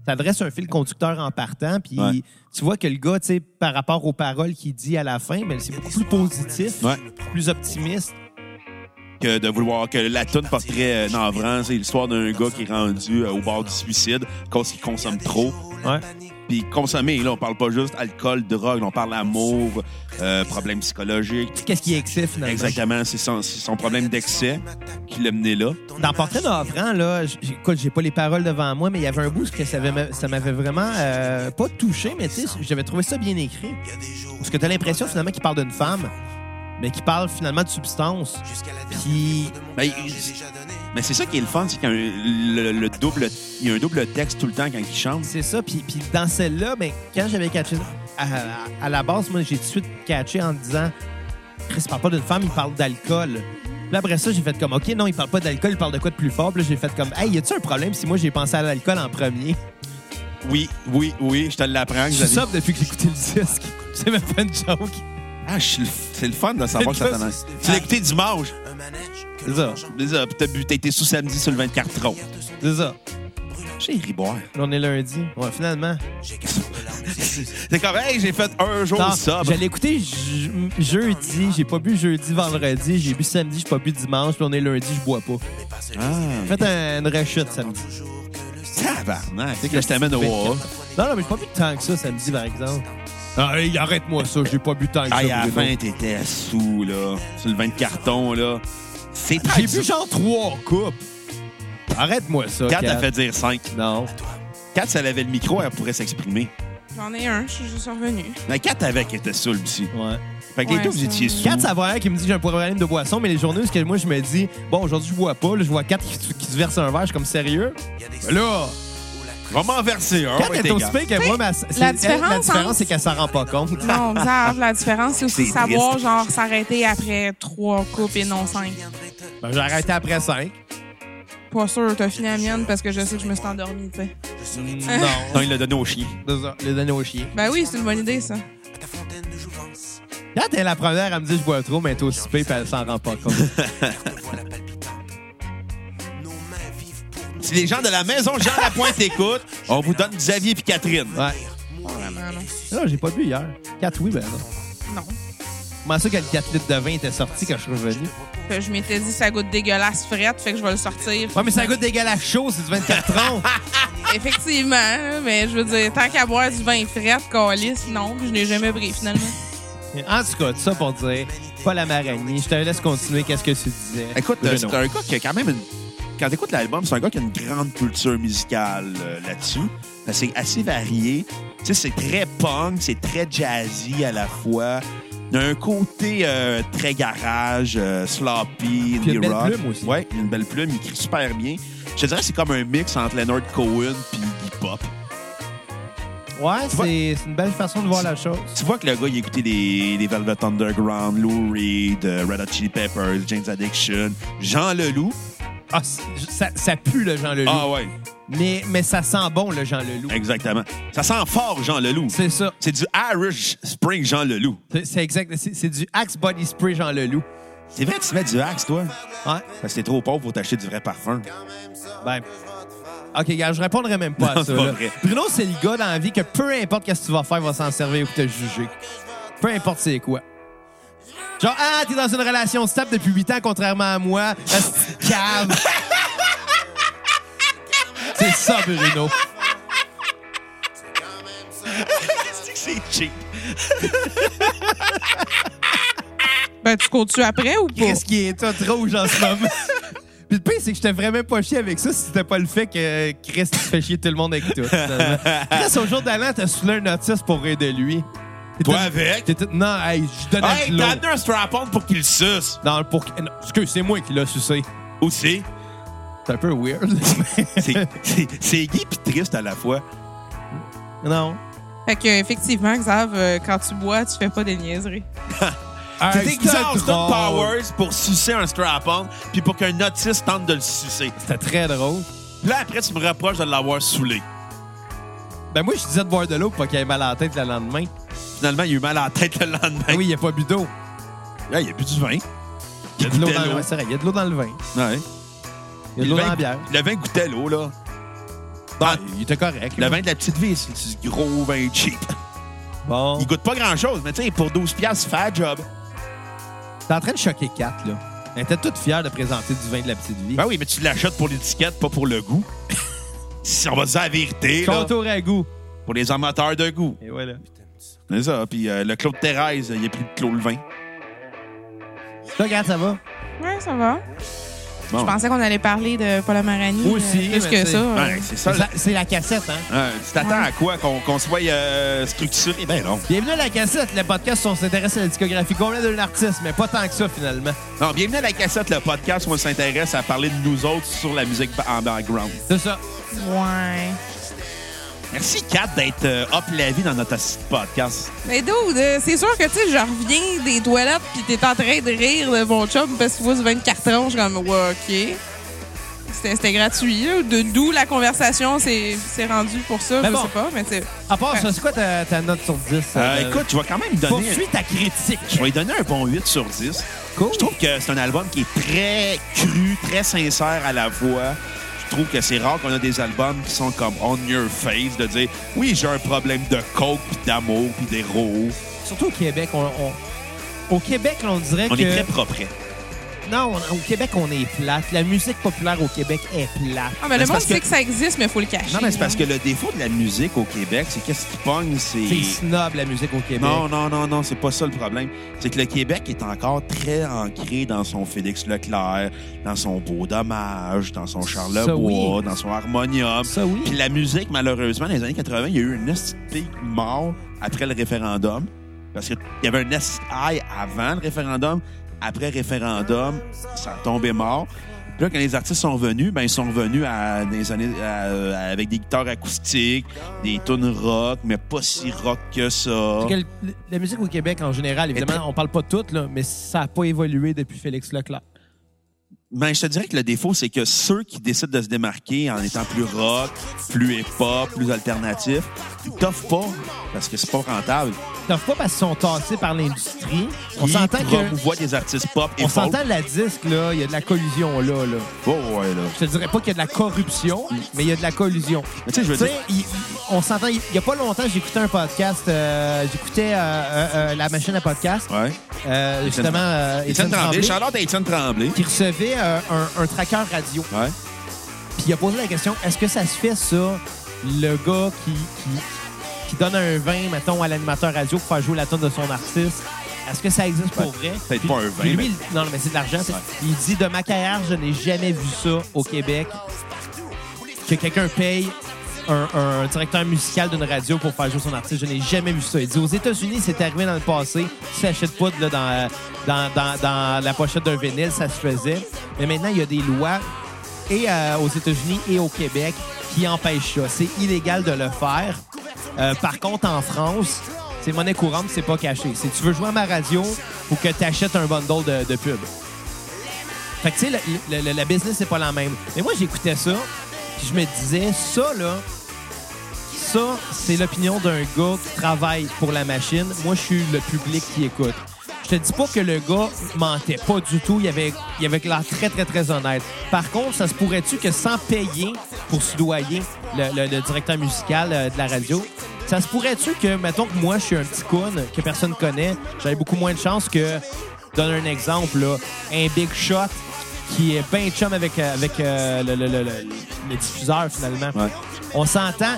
Speaker 3: T'adresses un fil conducteur en partant, puis
Speaker 1: Ouais.
Speaker 3: tu vois que le gars, tu sais, par rapport aux paroles qu'il dit à la fin, ben, c'est beaucoup plus positif,
Speaker 1: Ouais.
Speaker 3: plus optimiste.
Speaker 1: que de vouloir que la toune portrait euh, navrant, c'est l'histoire d'un gars qui est rendu euh, au bord du suicide parce qu'il consomme trop.
Speaker 3: Ouais.
Speaker 1: Puis consommer, là, on parle pas juste alcool, drogue, on parle amour, euh, problèmes psychologiques.
Speaker 3: Qu'est-ce qui est excès, finalement?
Speaker 1: Exactement, c'est son, c'est son problème d'excès qui l'a mené là.
Speaker 3: Dans Portrait d'Avran, là, j- écoute, j'ai pas les paroles devant moi, mais il y avait un bout que ça avait- ça m'avait vraiment euh, pas touché, mais tu sais, j'avais trouvé ça bien écrit. Parce que t'as l'impression finalement qu'il parle d'une femme, mais qu'il parle finalement de substance. Puis
Speaker 1: Ben, il- mais c'est ça qui est le fun, c'est qu'il y a un, le, le double, il y a un double texte tout le temps quand il chante.
Speaker 3: C'est ça. Puis, puis dans celle-là, ben, quand j'avais catché, à, à- à la base, moi, j'ai tout de suite catché en disant Chris, il parle pas d'une femme, il parle d'alcool. Puis après ça, j'ai fait comme OK, non, il parle pas d'alcool, il parle de quoi de plus fort. Puis là, j'ai fait comme Hey, y a-tu un problème si moi j'ai pensé à l'alcool en premier
Speaker 1: Oui, oui, oui, je te l'apprends. que
Speaker 3: Je suis
Speaker 1: j'avais-
Speaker 3: sobre depuis que j'ai écouté le disque. C'est même pas une joke.
Speaker 1: Ah, je suis le- c'est le fun de savoir que
Speaker 3: C'est
Speaker 1: ça t'en
Speaker 3: le fun.
Speaker 1: a- Tu l'as écouté dimanche.
Speaker 3: C'est ça.
Speaker 1: Désolé, T'as bu- t'as été sous samedi sur le 24 trop.
Speaker 3: C'est ça.
Speaker 1: J'ai ri boire.
Speaker 3: Là, on est lundi. Ouais, finalement.
Speaker 1: C'est comme, hey, j'ai fait un jour
Speaker 3: Non,
Speaker 1: sobre.
Speaker 3: J'allais écouter je- jeudi. J'ai pas bu jeudi, vendredi. J'ai bu samedi, j'ai pas bu dimanche. Puis on est lundi, je bois pas.
Speaker 1: Ah,
Speaker 3: Faites un- une rechute samedi.
Speaker 1: tabarnak. Tu sais que là, je t'amène au
Speaker 3: Non,
Speaker 1: Wawa.
Speaker 3: non, mais j'ai pas bu tant que ça samedi, par exemple. Ah, hey, arrête-moi ça, j'ai pas bu tant que ça.
Speaker 1: Hey, à la
Speaker 3: Bruno.
Speaker 1: fin, t'étais sous, là. Sur le 20 carton, là. C'est
Speaker 3: Ah, J'ai
Speaker 1: très
Speaker 3: bu genre trois coupes. Arrête-moi ça.
Speaker 1: 4
Speaker 3: Kat.
Speaker 1: a fait dire 5.
Speaker 3: Non.
Speaker 1: 4, si elle avait le micro, elle pourrait s'exprimer.
Speaker 4: J'en ai un, je suis juste revenue.
Speaker 1: Mais 4 avait qu'elle était saoule aussi.
Speaker 3: Ouais.
Speaker 1: Fait que les
Speaker 4: Ouais,
Speaker 1: deux, vous
Speaker 4: ça.
Speaker 1: étiez sous.
Speaker 3: 4 savoirs qui me dit que j'ai un problème de boisson, mais les journées où est-ce que moi je me dis, bon, aujourd'hui je bois pas, là, je vois 4 qui, qui se verse un verre, je suis comme sérieux. Ben Là, oh,
Speaker 1: Va m'en verser un.
Speaker 3: 4
Speaker 1: ouais,
Speaker 3: est
Speaker 1: t'es
Speaker 3: aussi
Speaker 1: gars.
Speaker 3: pire que moi, mais elle- c'est- elle-
Speaker 4: différence
Speaker 3: la différence
Speaker 4: entre-
Speaker 3: c'est qu'elle s'en rend pas compte.
Speaker 4: Non, bizarre, la différence, c'est aussi
Speaker 1: C'est
Speaker 4: savoir,
Speaker 1: triste.
Speaker 4: genre, s'arrêter après trois coupes et non cinq.
Speaker 3: Ben, j'ai arrêté après 5.
Speaker 4: Pas sûr, t'as fini la mienne parce que je sais que je me suis endormie, tu sais. Mm.
Speaker 1: Non,
Speaker 3: non.
Speaker 1: il l'a donné au chien.
Speaker 3: Deux heures, Les donner au chien.
Speaker 4: Ben oui, c'est une bonne idée, ça.
Speaker 3: Quand t'es la première à me dire je bois trop, mais t'es aussi pire, puis elle s'en rend pas compte.
Speaker 1: Si les gens de la maison Jean Lapointe écoutent, on vous donne Xavier puis Catherine.
Speaker 3: Ouais.
Speaker 4: Vraiment, non.
Speaker 3: Non, j'ai pas bu hier. 4 oui, ben non.
Speaker 4: Non.
Speaker 3: Comment ça que le 4 litres de vin était sorti quand je suis revenu?
Speaker 4: Fait que Je m'étais dit, ça goûte dégueulasse frette, fait que je vais le sortir.
Speaker 3: Ouais, mais ça goûte dégueulasse chaud, c'est du 24 ans.
Speaker 4: Effectivement, mais je veux dire, tant qu'à boire du vin frette, calice, non, puis je n'ai jamais pris, finalement.
Speaker 3: en tout cas, tout ça pour dire, pas la maraignée. Je te laisse continuer, qu'est-ce que tu disais?
Speaker 1: Écoute, euh,
Speaker 3: Bruno.
Speaker 1: c'est un gars qui a quand même une. Quand t'écoutes l'album, c'est un gars qui a une grande culture musicale euh, là-dessus. Parce que C'est assez varié. Tu sais, c'est très punk, c'est très jazzy à la fois. Il y a un côté euh, très garage, euh, sloppy,
Speaker 3: Puis il y a une
Speaker 1: indie
Speaker 3: belle
Speaker 1: rock.
Speaker 3: plume aussi.
Speaker 1: Ouais, il y a une belle plume, il écrit super bien. Je te dirais que c'est comme un mix entre Leonard Cohen et Iggy Pop.
Speaker 3: Ouais, c'est c'est une belle façon de voir la chose.
Speaker 1: Tu vois que le gars, il a écouté des, des Velvet Underground, Lou Reed, euh, Red Hot Chili Peppers, James Addiction, Jean Leloup.
Speaker 3: Ah, c'est- ça, ça pue, le Jean Leloup.
Speaker 1: Ah ouais,
Speaker 3: mais, mais ça sent bon, le Jean Leloup.
Speaker 1: exactement. Ça sent fort, Jean Leloup.
Speaker 3: C'est ça.
Speaker 1: C'est du Irish Spring Jean Leloup.
Speaker 3: C'est- C'est exact. C'est c'est du Axe Body Spray Jean Leloup.
Speaker 1: C'est vrai que tu mets du Axe, toi?
Speaker 3: Ouais.
Speaker 1: Parce que t'es trop pauvre pour t'acheter du vrai parfum.
Speaker 3: Ben. OK, gars, je répondrai même pas
Speaker 1: Non,
Speaker 3: à
Speaker 1: c'est
Speaker 3: ça.
Speaker 1: pas
Speaker 3: là.
Speaker 1: vrai.
Speaker 3: Bruno, c'est le gars dans la vie que peu importe qu'est-ce que tu vas faire, il va s'en servir pour te juger. Peu importe c'est quoi. Genre, ah, t'es dans une relation stable depuis 8 ans, contrairement à moi. Asti de Cave. c'est ça, Bruno.
Speaker 1: C'est que c'est cheap.
Speaker 4: Ben, tu comptes-tu après ou pas?
Speaker 3: Qu'est-ce qui est tout rouge en ce moment? Puis le pire, c'est que je t'ai vraiment pas chier avec ça si c'était pas le fait que euh, Chris tu fais chier tout le monde avec tout. finalement. Chris, au jour d'avant, t'as soulevé un autiste pour rire de lui.
Speaker 1: Toi
Speaker 3: T'étais-
Speaker 1: avec?
Speaker 3: t'étais- Non, hey, je donnais
Speaker 1: Hey,
Speaker 3: de l'eau.
Speaker 1: t'as amené un strap-on pour qu'il suce.
Speaker 3: Dans le pour... non, excuse, c'est moi qui l'ai sucé.
Speaker 1: Aussi,
Speaker 3: C'est un peu weird.
Speaker 1: c'est c'est- c'est gay et triste à la fois.
Speaker 3: non.
Speaker 4: Fait que, effectivement, Xav, euh, quand tu bois, tu fais pas des niaiseries.
Speaker 1: C'était Austin
Speaker 3: drôle.
Speaker 1: Powers pour sucer un strap-on puis pour qu'un autiste tente de le sucer.
Speaker 3: C'était très drôle.
Speaker 1: Là, après, tu me reproches de l'avoir saoulé.
Speaker 3: Ben moi, je disais de boire de l'eau pour pas qu'il ait mal à la tête le lendemain.
Speaker 1: Finalement, il a eu mal à la tête le lendemain.
Speaker 3: Ah oui, il n'y a pas bu d'eau.
Speaker 1: Là, il n'y a plus du vin.
Speaker 3: Il y a de l'eau
Speaker 1: goûtait
Speaker 3: dans le vin. C'est vrai, il y a de l'eau dans le vin.
Speaker 1: Ouais.
Speaker 3: Il y a de
Speaker 1: Le
Speaker 3: l'eau dans
Speaker 1: vin-
Speaker 3: la bière.
Speaker 1: Le vin goûtait l'eau, là. Ah,
Speaker 3: Bon, il était correct.
Speaker 1: Le
Speaker 3: là.
Speaker 1: vin de la petite vie, c'est du gros vin cheap.
Speaker 3: Bon.
Speaker 1: Il goûte pas grand-chose, mais tu sais, pour 12 piastres, fat job.
Speaker 3: T'es en train de choquer Kat, là. Elle était toute fière de présenter du vin de la petite vie.
Speaker 1: Ben oui, mais tu l'achètes pour l'étiquette, pas pour le goût. Si on va dire la vérité, là,
Speaker 3: Compte au ragoût.
Speaker 1: pour les amateurs de goût.
Speaker 3: Et voilà.
Speaker 1: C'est ça. Puis euh, le Claude Thérèse, il n'y a plus de Claude Levin.
Speaker 3: Toi, regarde, ça va?
Speaker 4: Ouais, ça va.
Speaker 1: Bon.
Speaker 4: Je pensais qu'on allait parler de Paul Amarani.
Speaker 3: Aussi,
Speaker 4: euh, plus
Speaker 3: mais
Speaker 4: que
Speaker 3: c'est-
Speaker 4: ça.
Speaker 1: Ouais, c'est ça.
Speaker 3: C'est la- Ah. C'est la cassette, hein?
Speaker 1: Euh, tu t'attends à quoi qu'on qu'on soit euh, structuré? Ben non.
Speaker 3: Bienvenue à la cassette, le podcast où on s'intéresse à la discographie complète d'un artiste, mais pas tant que ça, finalement.
Speaker 1: Non, bienvenue à la cassette, le podcast où on s'intéresse à parler de nous autres sur la musique ba- en background.
Speaker 3: C'est ça.
Speaker 4: Ouais.
Speaker 1: Merci, Kat, d'être euh, up la vie dans notre assis de podcast.
Speaker 4: Mais dude, euh, c'est sûr que tu sais, je reviens des toilettes pis t'es en train de rire de mon chum parce qu'il faut se 24 ans. Je suis comme, ouais, ok. C'était c'était gratuit. là. De d'où la conversation s'est s'est rendue pour ça.
Speaker 3: Mais
Speaker 4: je
Speaker 3: bon.
Speaker 4: sais pas, mais c'est.
Speaker 3: À part ça, c'est quoi ta, ta note sur 10?
Speaker 1: Euh,
Speaker 3: euh,
Speaker 1: écoute, je vais quand même donner.
Speaker 3: poursuis ta critique.
Speaker 1: Je vais lui donner un bon 8 sur 10.
Speaker 3: Cool.
Speaker 1: Je trouve que c'est un album qui est très cru, très sincère à la voix. Je trouve que c'est rare qu'on a des albums qui sont comme on your face, de dire oui, j'ai un problème de coke, puis d'amour, puis d'héros.
Speaker 3: Surtout au Québec, on... on- Au Québec, là, on dirait
Speaker 1: On
Speaker 3: que...
Speaker 1: est très propre.
Speaker 3: Non, on- au Québec, on est plate. La musique populaire au Québec est plate.
Speaker 4: Ah, mais
Speaker 1: Mais
Speaker 4: le
Speaker 1: c'est
Speaker 4: monde
Speaker 1: parce
Speaker 4: sait
Speaker 1: que-
Speaker 4: que... ça existe, mais faut le cacher.
Speaker 1: Non, mais c'est parce que le défaut de la musique au Québec, c'est qu'est-ce qui pogne,
Speaker 3: C'est snob, la musique au Québec.
Speaker 1: Non, non, non, non, c'est pas ça le problème. C'est que le Québec est encore très ancré dans son Félix Leclerc, dans son Beau Dommage, dans son Charlevoix,
Speaker 3: oui.
Speaker 1: dans son Harmonium.
Speaker 3: Ça, oui.
Speaker 1: Puis la musique, malheureusement, dans les années 80, il y a eu une esthétique mort après le référendum. Parce qu'il y avait un esti high avant le référendum. Après le référendum, ça tombait mort. Puis là, quand les artistes sont venus, ben, ils sont venus à, dans les années, à- euh, avec des guitares acoustiques, des tunes rock, mais pas si rock que ça.
Speaker 3: Parce que le- la musique au Québec, en général, évidemment, on parle pas de toutes, là, mais ça n'a pas évolué depuis Félix Leclerc.
Speaker 1: Ben, je te dirais que le défaut, c'est que ceux qui décident de se démarquer en étant plus rock, plus hip-hop, plus alternatif, ils t'offrent pas parce que c'est pas rentable.
Speaker 3: Non, c'est pas parce qu'ils sont tassés par l'industrie. On
Speaker 1: Ils
Speaker 3: s'entend que.
Speaker 1: promouvoient des artistes pop et
Speaker 3: On
Speaker 1: folk.
Speaker 3: s'entend la disque, là, il y a de la collusion là, là.
Speaker 1: Oh, ouais, là.
Speaker 3: Je te dirais pas qu'il y a de la corruption, mais il y a de la collusion.
Speaker 1: Mais tu sais, je veux dire,
Speaker 3: Tu sais, il- on s'entend. Il y a pas longtemps, j'écoutais un podcast. euh, j'écoutais euh, euh, euh, la machine à podcast.
Speaker 1: ouais.
Speaker 3: euh, justement, euh,
Speaker 1: Étienne
Speaker 3: Étienne
Speaker 1: Tremblay,
Speaker 3: Tremblay,
Speaker 1: Charlotte et Étienne Tremblay.
Speaker 3: qui recevait euh, un, un tracker radio.
Speaker 1: Ouais.
Speaker 3: Puis il a posé la question est-ce que ça se fait, ça, le gars qui, qui, qui donne un vin, mettons, à l'animateur radio pour faire jouer la tonne de son artiste Est-ce que ça existe pour vrai
Speaker 1: peut-être
Speaker 3: Puis-
Speaker 1: pas un vin,
Speaker 3: puis lui, il- Non, mais c'est de l'argent. c'est-
Speaker 1: Ouais.
Speaker 3: Il dit de ma carrière, je n'ai jamais vu ça au Québec, que quelqu'un paye. Un, un directeur musical d'une radio pour faire jouer son artiste. Je n'ai jamais vu ça. Il dit aux États-Unis, c'est arrivé dans le passé. Tu n'achètes pas de, là, dans, euh, dans, dans, dans la pochette d'un vinyle, ça se faisait. Mais maintenant, il y a des lois et euh, aux États-Unis et au Québec qui empêchent ça. C'est illégal de le faire. Euh, par contre, en France, c'est monnaie courante, c'est pas caché. Si tu veux jouer à ma radio, faut que tu achètes un bundle de, de pub. Fait que, tu sais, le- le- le- la business, c'est pas la même. Mais moi, j'écoutais ça, puis je me disais, ça, là, ça, c'est l'opinion d'un gars qui travaille pour la machine. Moi, je suis le public qui écoute. Je te dis pas que le gars mentait pas du tout. Il avait, il avait l'air très, très, très honnête. Par contre, ça se pourrait-tu que sans payer pour soudoyer le, le- le directeur musical euh, de la radio, ça se pourrait-tu que, mettons que moi, je suis un petit con que personne connaît, j'avais beaucoup moins de chance que, donne un exemple, là, un big shot qui est ben chum avec, euh, avec euh, le, le- le- le- le diffuseur, finalement.
Speaker 1: Ouais.
Speaker 3: On s'entend,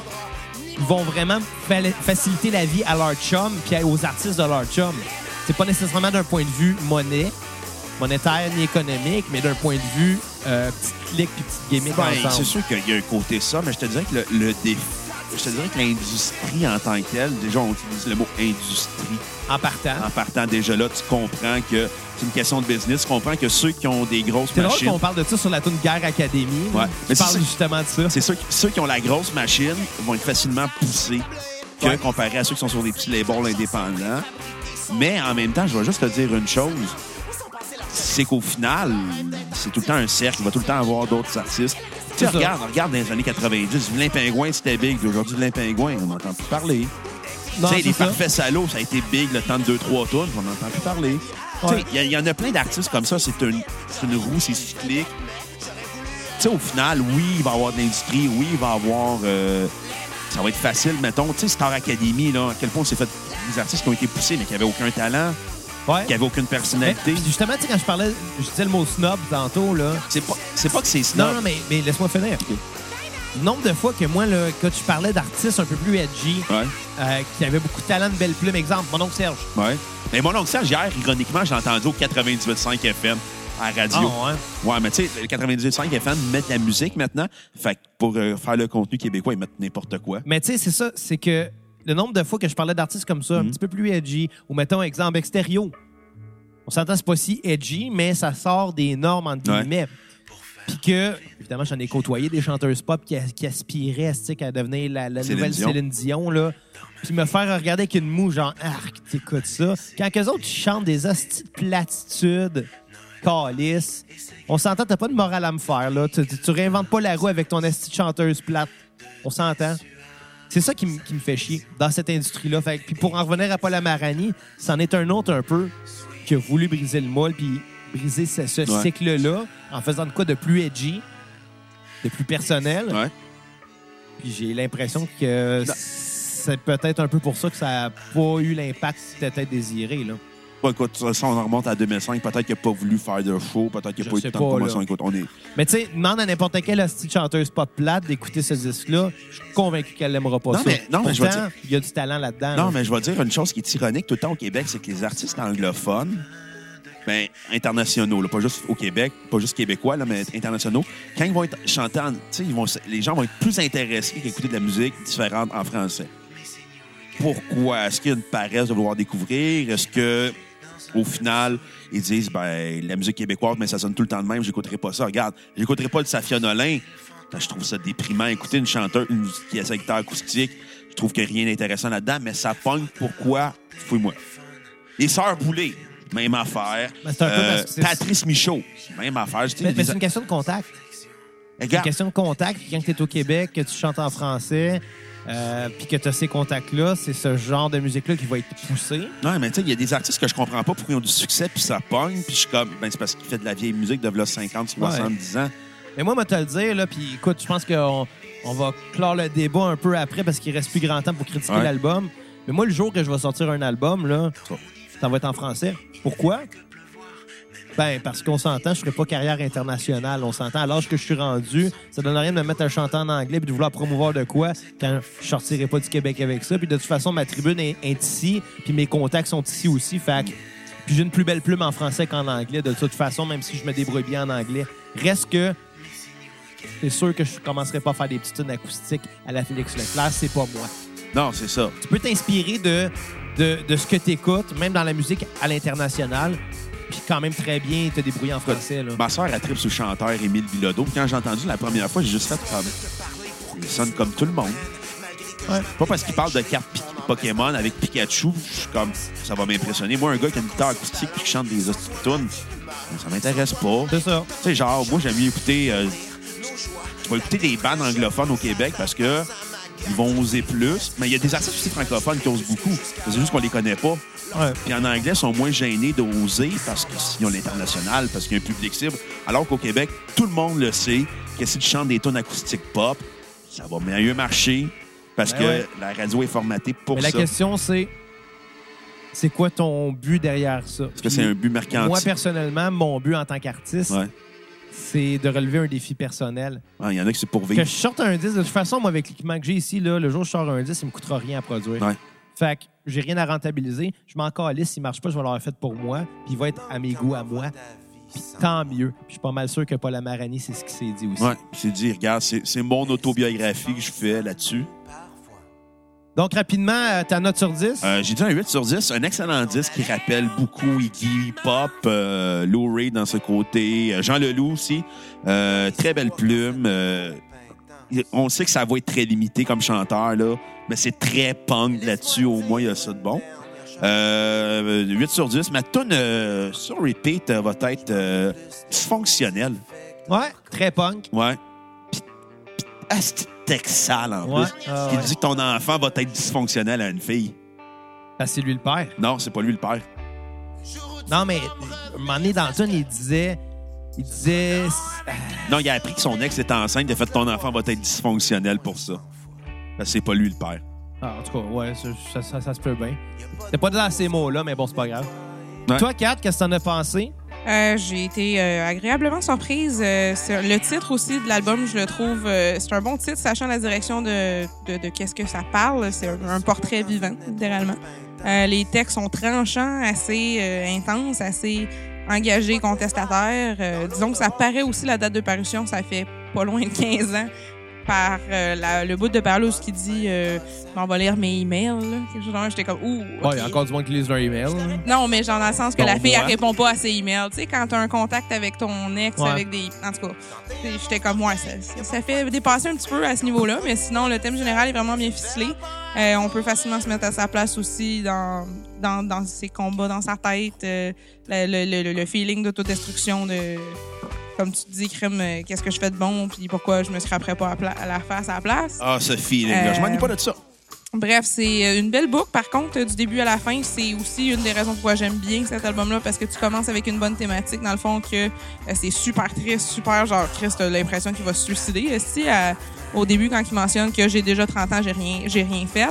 Speaker 3: ils vont vraiment fa- faciliter la vie à leur chum puis aux artistes de leur chum. C'est pas nécessairement d'un point de vue monnaie, monétaire ni économique, mais d'un point de vue euh, petite clique puis petite gimmick
Speaker 1: Ben,
Speaker 3: ensemble.
Speaker 1: c'est sûr qu'il y a un côté ça, mais je te dirais que le, le défaut. je te dirais que l'industrie en tant que telle, déjà, on utilise le mot industrie.
Speaker 3: En partant.
Speaker 1: En partant déjà là, tu comprends que c'est une question de business. Tu comprends que ceux qui ont des grosses
Speaker 3: C'est drôle
Speaker 1: machines.
Speaker 3: qu'on parle de ça sur la tune Guerre Académie.
Speaker 1: Ouais.
Speaker 3: Tu
Speaker 1: Mais
Speaker 3: parles
Speaker 1: c'est-
Speaker 3: justement de ça.
Speaker 1: C'est sûr que ceux qui ont la grosse machine vont être facilement poussés que
Speaker 3: Ouais.
Speaker 1: comparé à ceux qui sont sur des petits labels indépendants. Mais en même temps, je vais juste te dire une chose. C'est qu'au final, c'est tout le temps un cercle. Il va tout le temps avoir d'autres artistes. Tu sais,
Speaker 3: C'est ça.
Speaker 1: regarde, regarde dans les années 90, Vilain Pingouin, c'était big. Puis Aujourd'hui, Vilain Pingouin, on n'entend plus parler. Tu
Speaker 3: Non,
Speaker 1: sais,
Speaker 3: c'est
Speaker 1: les
Speaker 3: ça.
Speaker 1: Parfaits Salauds, ça a été big le temps de 2-3 tours. On n'entend plus parler. Tu sais,
Speaker 3: Ouais.
Speaker 1: Il y a- il y, en a plein d'artistes comme ça. C'est une, c'est une roue, c'est cyclique. Tu sais, au final, oui, il va y avoir de l'industrie. Oui, il va y avoir... euh, ça va être facile, mettons. Tu sais, Star Academy, là, à quel point on s'est fait des artistes qui ont été poussés, mais qui n'avaient aucun talent,
Speaker 3: Ouais.
Speaker 1: qui n'avaient aucune personnalité.
Speaker 3: Mais justement, tu sais, quand je parlais, je disais le mot snob tantôt, là.
Speaker 1: C'est pas, c'est pas que c'est snob.
Speaker 3: Non, non, mais, mais laisse-moi finir.
Speaker 1: Ok.
Speaker 3: Le nombre de fois que moi, là, quand tu parlais d'artistes un peu plus edgy,
Speaker 1: Ouais,
Speaker 3: euh, qui avaient beaucoup de talent, de belles plumes, exemple, mon oncle Serge.
Speaker 1: ouais. Mais mon oncle Serge, hier, ironiquement, j'ai entendu au 98.5 FM à la radio.
Speaker 3: Ah, ouais.
Speaker 1: Ouais, mais tu sais, le 98.5 FM mettent la musique maintenant. Fait que pour euh, faire le contenu québécois, ils mettent n'importe quoi.
Speaker 3: Mais tu sais, c'est ça, c'est que le nombre de fois que je parlais d'artistes comme
Speaker 1: Mm.
Speaker 3: ça, un petit peu plus edgy, ou mettons, exemple, extérieur. On s'entend, c'est pas si edgy, mais ça sort des normes, entre
Speaker 1: Ouais.
Speaker 3: guillemets. Puis que, évidemment, j'en ai côtoyé des chanteuses pop qui, qui aspiraient tu sais, à devenir la, la
Speaker 1: Céline
Speaker 3: nouvelle
Speaker 1: Dion.
Speaker 3: Céline Dion, là. Puis me faire regarder avec une moue, genre, arc, t'écoutes ça. Quand qu'eux autres ils chantent des hosties de platitudes, calices, on s'entend, t'as pas de morale à me faire, là. Tu, tu- tu réinventes pas la roue avec ton hostie de chanteuse plate. On s'entend. C'est ça qui me qui me fait chier dans cette industrie-là. Fait que- Puis pour en revenir à Paul Amarani, c'en est un autre un peu qui a voulu briser le moule puis briser ce, ce
Speaker 1: Ouais.
Speaker 3: cycle-là en faisant de quoi de plus edgy, de plus personnel.
Speaker 1: Ouais.
Speaker 3: Puis j'ai l'impression que c'est peut-être un peu pour ça que ça n'a pas eu l'impact que peut-être désiré. Là.
Speaker 1: Bon, écoute, ça, on en remonte à 2005. Peut-être qu'il n'a pas voulu faire de show. Peut-être qu'il
Speaker 3: Je
Speaker 1: n'a pas eu
Speaker 3: sais
Speaker 1: de temps
Speaker 3: pas,
Speaker 1: de promotion.
Speaker 3: là.
Speaker 1: Écoute, on est.
Speaker 3: Mais tu sais, demande à n'importe quelle hostie de chanteuse pas plate d'écouter ce disque-là. Je suis convaincu qu'elle n'aimera pas
Speaker 1: Non,
Speaker 3: ça.
Speaker 1: mais- non, mais je vais
Speaker 3: Pourtant, il y a du talent là-dedans.
Speaker 1: Non,
Speaker 3: là.
Speaker 1: mais je vais dire une chose qui est ironique tout le temps au Québec, c'est que les artistes anglophones, ben, internationaux, là, pas juste au Québec, pas juste québécois, là, mais internationaux, quand ils vont être chantés, en- tu sais, ils vont, se- les gens vont être plus intéressés qu'écouter de la musique différente en français. Pourquoi? Est-ce qu'il y a une paresse de vouloir découvrir? Est-ce que, au final, ils disent, ben, la musique québécoise, mais ça sonne tout le temps de même, j'écouterai pas ça. Regarde, j'écouterai pas de Safia Nolin. Ben, je trouve ça déprimant. Écouter une chanteuse une, qui a sa guitare acoustique, je trouve que rien d'intéressant là-dedans, mais ça pogne pourquoi? Fouille-moi. Les Sœurs Boulay, même affaire. Euh,
Speaker 3: Ben, c'est un peu parce que c'est-
Speaker 1: Patrice Michaud, même affaire. Je dis,
Speaker 3: mais
Speaker 1: les-
Speaker 3: mais c'est une question de contact. C'est une
Speaker 1: Regarde,
Speaker 3: question de contact. Puis Quand tu es au Québec, que tu chantes en français, euh, puis que tu as ces contacts-là, c'est ce genre de musique-là qui va être poussée.
Speaker 1: Non, mais tu sais, il y a des artistes que je comprends pas pourquoi ils ont du succès, puis ça pogne, puis je suis comme, ben c'est parce qu'ils fait de la vieille musique de v'là 50, 70 ans.
Speaker 3: Mais moi, moi, te le dire, là, puis écoute, je pense qu'on on va clore le débat un peu après parce qu'il reste plus grand temps pour critiquer
Speaker 1: Ouais.
Speaker 3: l'album. Mais moi, le jour que je vais sortir un album, là, ça va être en français. Pourquoi? Ben, parce qu'on s'entend, je ferai pas carrière internationale. On s'entend, à l'âge que je suis rendu, ça donne rien de me mettre un chanteur en anglais puis de vouloir promouvoir de quoi quand je sortirai pas du Québec avec ça. Puis de toute façon, ma tribune est, est ici, puis mes contacts sont ici aussi. Fait que- puis j'ai une plus belle plume en français qu'en anglais, de toute façon, même si je me débrouille bien en anglais. Reste que c'est sûr que je commencerai pas à faire des petites tunes acoustiques à la Félix Leclerc, c'est pas moi.
Speaker 1: Non, c'est ça.
Speaker 3: Tu peux t'inspirer de, de, de ce que tu écoutes, même dans la musique à l'international, puis quand même très bien te débrouiller en français. Là.
Speaker 1: Ma soeur, elle tripe sur le chanteur Émile Bilodeau. Puis Quand j'ai entendu la première fois, j'ai juste fait comme. Il sonne comme tout le monde. Pas parce qu'il parle de cartes Pi- Pokémon avec Pikachu, je suis comme, ça va m'impressionner. Moi, un gars qui a une guitare acoustique puis qui chante des hosties de tunes, ben, ça m'intéresse pas.
Speaker 3: C'est ça.
Speaker 1: Tu sais, genre, moi, j'aime mieux écouter. euh, je vais écouter des bandes anglophones au Québec parce que ils vont oser plus. Mais il y a des artistes aussi francophones qui osent beaucoup. C'est juste qu'on les connaît pas.
Speaker 3: Ouais.
Speaker 1: Puis en anglais, ils sont moins gênés d'oser parce qu'ils ont l'international, parce qu'il y a un public cible. Alors qu'au Québec, tout le monde le sait que si tu chantes des tonnes acoustiques pop, ça va mieux marcher parce
Speaker 3: Ben
Speaker 1: que
Speaker 3: ouais.
Speaker 1: la radio est formatée pour
Speaker 3: Mais
Speaker 1: ça.
Speaker 3: la question, c'est c'est quoi ton but derrière ça?
Speaker 1: Est-ce que c'est un but
Speaker 3: Moi,
Speaker 1: mercantile?
Speaker 3: personnellement, mon but en tant qu'artiste,
Speaker 1: Ouais.
Speaker 3: c'est de relever un défi personnel.
Speaker 1: Ouais, Il y en a qui c'est pour
Speaker 3: Que
Speaker 1: vivre.
Speaker 3: je sorte un disque, de toute façon, moi, avec l'équipement que j'ai ici, là, le jour où je sors un disque, il me coûtera rien à produire.
Speaker 1: Ouais.
Speaker 3: Fait que j'ai rien à rentabiliser. Je m'en calisse. S'il marche pas, je vais l'avoir fait pour moi. Puis il va être à mes goûts, à moi. Puis tant mieux. Puis je suis pas mal sûr que Paul Amarani, c'est ce qui s'est dit aussi.
Speaker 1: Ouais. Puis c'est dit, regarde, c'est c'est mon autobiographie que je fais là-dessus.
Speaker 3: Donc, rapidement, euh, ta note sur 10.
Speaker 1: Euh, J'ai dit un 8 sur 10, un excellent disque qui rappelle beaucoup Iggy Pop, euh, Lou Reed dans ce côté, euh, Jean Leloup aussi. Euh, très belle plume. euh, on sait que sa voix est très limitée comme chanteur, là, mais c'est très punk là-dessus. Au moins, il y a ça de bon. Euh, 8 sur 10. Ma tune euh, sur repeat euh, va être euh, dysfonctionnelle.
Speaker 3: Ouais, très punk.
Speaker 1: Ouais. Pis- pis- Asti de texal en
Speaker 3: Ouais,
Speaker 1: plus.
Speaker 3: ah
Speaker 1: Il
Speaker 3: ouais.
Speaker 1: dit que ton enfant va être dysfonctionnel à une fille.
Speaker 3: Parce que Ben, c'est lui le père.
Speaker 1: Non, c'est pas lui le père.
Speaker 3: Non, mais à un moment donné, dans une, il disait. Il disait.
Speaker 1: Non, il a appris que son ex était enceinte. Il a fait ton enfant va être dysfonctionnel pour ça. Parce que c'est pas lui le père.
Speaker 3: Ah, en tout cas, ouais, ça, ça- ça- ça se peut bien. C'est pas dans ces mots-là, mais bon, c'est pas grave.
Speaker 1: Ouais.
Speaker 3: Toi, Kat, qu'est-ce que t'en as pensé?
Speaker 4: Euh, J'ai été euh, agréablement surprise. euh, sur le titre aussi de l'album, je le trouve, euh, c'est un bon titre, sachant la direction de, de, de qu'est-ce que ça parle. C'est un, un portrait vivant, littéralement. Euh, les textes sont tranchants, assez euh, intenses, assez engagés, contestataires. Euh, disons que ça paraît aussi la date de parution, ça fait pas loin de 15 ans, par euh, la- le bout de Barlos qui dit euh, « m'en va lire mes emails ». là. Quelque chose dans le genre. J'étais comme « ouh
Speaker 3: Ouais, il y a encore du monde qui lise leur email. là.
Speaker 4: non, mais genre dans le sens que
Speaker 3: Ton
Speaker 4: la fille,
Speaker 3: voix.
Speaker 4: elle répond pas à ses emails. Tu sais, quand t'as un contact avec ton ex,
Speaker 3: Ouais.
Speaker 4: avec des. En tout cas, tu sais, j'étais comme moi. Ça, ça- ça fait dépasser un petit peu à ce niveau-là, mais sinon, le thème général est vraiment bien ficelé. Euh, on peut facilement se mettre à sa place aussi dans, dans, dans ses combats, dans sa tête, euh, le, le- le- le feeling d'autodestruction de. Comme tu te dis, crème, euh, qu'est-ce que je fais de bon, puis pourquoi je me scraperais pas à, pla- à la face à la place.
Speaker 1: Ah, ce
Speaker 3: Euh,
Speaker 1: feeling-là. Je m'en dis pas de ça.
Speaker 4: Bref, c'est euh, une belle boucle. Par contre, euh, du début à la fin, c'est aussi une des raisons pourquoi j'aime bien cet album-là, parce que tu commences avec une bonne thématique, dans le fond, que euh, c'est super triste, super genre, Christ, t'as l'impression qu'il va se suicider. Euh, Si, à- au début, quand il mentionne que j'ai déjà 30 ans, j'ai rien, j'ai rien fait,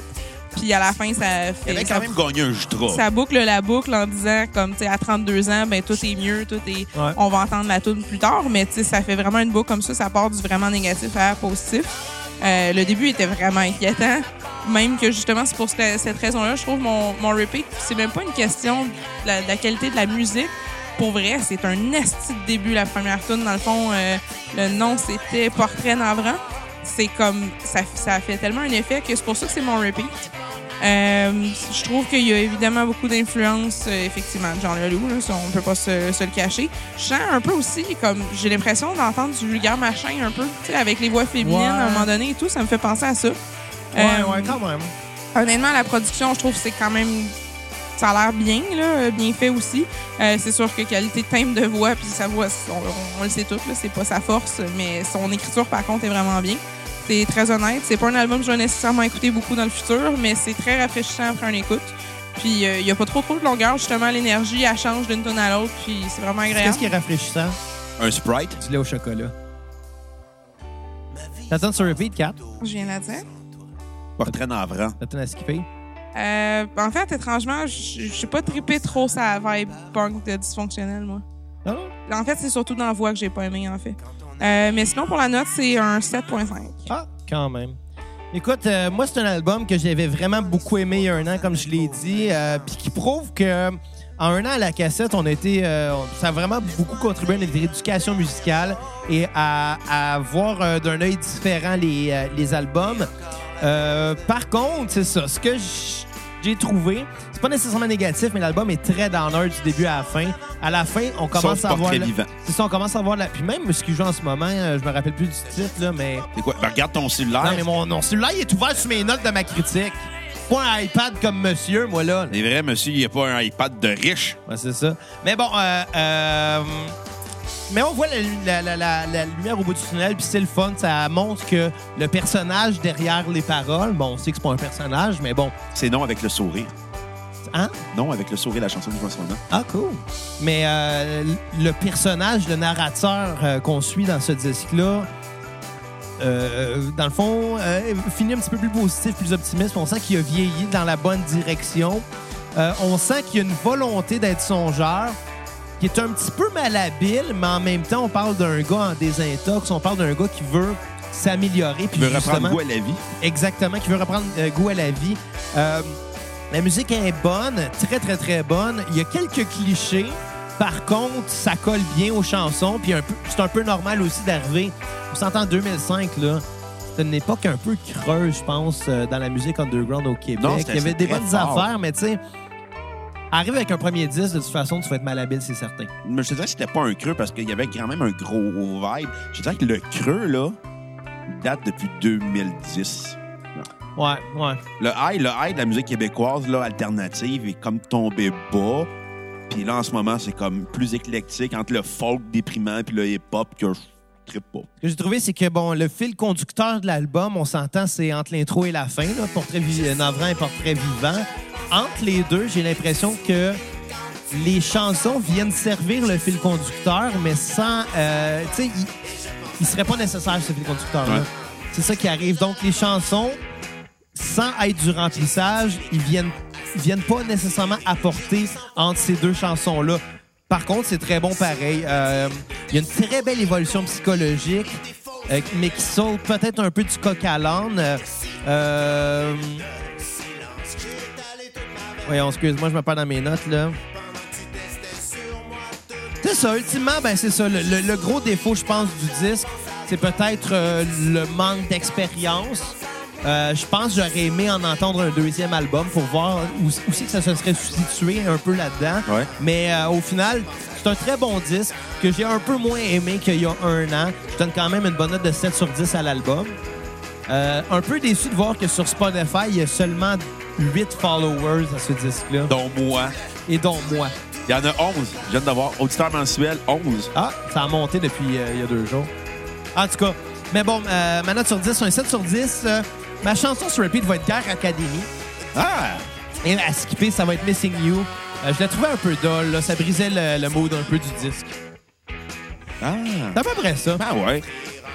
Speaker 4: puis à la fin, ça
Speaker 1: Il
Speaker 4: fait...
Speaker 1: avait
Speaker 4: ça-
Speaker 1: quand même gagné un jutra.
Speaker 4: ça boucle la boucle en disant comme tu sais à 32 ans ben tout est mieux tout est
Speaker 3: Ouais.
Speaker 4: on va entendre la tune plus tard mais tu sais ça fait vraiment une boucle comme ça ça part du vraiment négatif à positif Euh, le début était vraiment inquiétant même que justement c'est pour cette, cette raison là je trouve mon, mon repeat c'est même pas une question de la, de la qualité de la musique pour vrai c'est un esti de début la première tune dans le fond euh, le nom c'était portrait navrant c'est comme ça, ça fait tellement un effet que c'est pour ça que c'est mon repeat euh, je trouve qu'il y a évidemment beaucoup d'influence, euh, effectivement, de Jean Leloup. Là, ça, on peut pas se, se le cacher. Je sens un peu aussi, comme j'ai l'impression d'entendre du vulgaire machin un peu, tu sais, avec les voix féminines
Speaker 3: Ouais.
Speaker 4: à un moment donné et tout. Ça me fait penser à ça.
Speaker 3: Ouais,
Speaker 4: Euh,
Speaker 3: Eh, ouais, quand même.
Speaker 4: honnêtement, la production, je trouve que c'est quand même. Ça a l'air bien, là, euh, bien fait aussi. Euh, c'est sûr que qualité de timbre de voix, puis sa voix, on, on- on le sait tous, là, c'est pas sa force, mais son écriture, par contre, est vraiment bien. C'est très honnête. C'est pas un album que je vais nécessairement écouter beaucoup dans le futur, mais c'est très rafraîchissant après un écoute. Puis euh, il y a pas trop trop de longueur, justement, l'énergie, elle change d'une tonne à l'autre, puis c'est vraiment agréable.
Speaker 3: Qu'est-ce qui est rafraîchissant?
Speaker 1: Un Sprite.
Speaker 3: Du lait au chocolat. T'attends sur repeat, Kat?
Speaker 4: Je viens de la dire.
Speaker 1: Portrait navrant.
Speaker 3: T'attends à skipper?
Speaker 4: Euh, en fait, étrangement, je je suis pas trippé trop sa vibe punk de dysfonctionnel, moi.
Speaker 3: Non, non.
Speaker 4: En fait, c'est surtout dans la voix que j'ai pas aimé, en fait. Euh, mais sinon, pour la note, c'est un 7.5.
Speaker 3: Ah, quand même. Écoute, euh, moi, c'est un album que j'avais vraiment beaucoup aimé il y a un an, comme je l'ai dit, euh, puis qui prouve que en un an à la cassette, on a été, euh, ça a vraiment beaucoup contribué à notre éducation musicale et à, à voir euh, d'un œil différent les, euh, les albums. Euh, par contre, c'est ça. Ce que j- j'ai trouvé, c'est pas nécessairement négatif, mais l'album est très downer du début à la fin. À la fin, on commence
Speaker 1: Sauf
Speaker 3: à voir.
Speaker 1: portrait
Speaker 3: la-
Speaker 1: vivant.
Speaker 3: C'est ça, on commence à voir la. Puis même ce qu'il joue en ce moment, euh, je me rappelle plus du titre, là, mais.
Speaker 1: C'est quoi? Ben, regarde ton cellulaire.
Speaker 3: Non, mais mon, mon cellulaire, il est ouvert sur mes notes de ma critique. Pas un iPad comme monsieur, moi, là.
Speaker 1: C'est vrai, monsieur, il n'y a pas un iPad de riche.
Speaker 3: Ouais, c'est ça. Mais bon, euh, euh, mais on voit la, la- la- la- la lumière au bout du tunnel, puis c'est le fun. Ça montre que le personnage derrière les paroles, bon, on sait que c'est pas un personnage, mais bon,
Speaker 1: C'est non avec le sourire.
Speaker 3: hein?
Speaker 1: Non avec le sourire, la chanson du Vincent Lindon.
Speaker 3: Ah, cool. Mais euh, le personnage, le narrateur euh, qu'on suit dans ce disque-là, euh, dans le fond, euh, finit un petit peu plus positif, plus optimiste. On sent qu'il a vieilli dans la bonne direction. Euh, on sent qu'il y a une volonté d'être songeur qui est un petit peu malhabile, mais en même temps, on parle d'un gars en désintox, on parle d'un gars qui veut s'améliorer.
Speaker 1: Tu
Speaker 3: puis
Speaker 1: veux
Speaker 3: justement-
Speaker 1: reprendre goût à la vie?
Speaker 3: Exactement, qui veut reprendre euh, goût à la vie. Euh, la musique est bonne, très, très, très bonne. Il y a quelques clichés. Par contre, ça colle bien aux chansons. Puis un peu- c'est un peu normal aussi d'arriver. On s'entend en 2005, là. C'était une époque un peu creuse, je pense, euh, dans la musique underground au Québec.
Speaker 1: Non, c'était-
Speaker 3: Il y avait des
Speaker 1: c'était
Speaker 3: bonnes
Speaker 1: très fort.
Speaker 3: affaires, mais tu sais, arrive avec un premier disque, de toute façon, tu vas être malhabile, c'est certain.
Speaker 1: Mais je te dirais que c'était pas un creux parce qu'il y avait quand même un gros vibe. Je te dirais que le creux, là, date depuis 2010.
Speaker 3: Ouais, ouais.
Speaker 1: Le high, le high de la musique québécoise, là, alternative, est comme tombé bas. Puis là, en ce moment, c'est comme plus éclectique entre le folk déprimant puis le hip-hop que je trippe pas.
Speaker 3: Ce que j'ai trouvé, c'est que bon, le fil conducteur de l'album, on s'entend, c'est entre l'intro et la fin, là, portrait vi- euh, navrant et portrait vivant. Entre les deux, j'ai l'impression que les chansons viennent servir le fil conducteur, mais sans, euh, tu sais, il, il serait pas nécessaire ce fil conducteur-là.
Speaker 1: Ouais.
Speaker 3: C'est ça qui arrive. Donc les chansons, sans être du remplissage, ils viennent, ils viennent pas nécessairement apporter entre ces deux chansons-là. Par contre, c'est très bon pareil. Euh, Il y a une très belle évolution psychologique, euh, mais qui saute peut-être un peu du coq à l'âne. Euh, euh, Voyons, excuse-moi, je me perds dans mes notes, là. C'est ça, ultimement, ben c'est ça. Le, le- le gros défaut, je pense, du disque, c'est peut-être euh, le manque d'expérience. Euh, je pense que j'aurais aimé en entendre un deuxième album pour voir où, où c'est que ça se serait situé un peu là-dedans.
Speaker 1: Ouais.
Speaker 3: Mais euh, au final, c'est un très bon disque que j'ai un peu moins aimé qu'il y a un an. Je donne quand même une bonne note de 7 sur 10 à l'album. Euh, un peu déçu de voir que sur Spotify, il y a seulement 8 followers à ce disque-là.
Speaker 1: Donc, moi,
Speaker 3: Et dont moi.
Speaker 1: il y en a 11. Je viens d'avoir auditeur mensuel 11.
Speaker 3: Ah, ça a monté depuis euh, il y a deux jours. En tout cas, mais bon, euh, ma note sur 10, un 7 sur 10. euh, ma chanson sur repeat va être Guerre Academy.
Speaker 1: Ah!
Speaker 3: Et à skipper, ça va être Missing You. Euh, je la trouvais un peu dolle, là. ça brisait le, le mood un peu du disque.
Speaker 1: Ah!
Speaker 3: C'est à peu près ça.
Speaker 1: Ben ouais.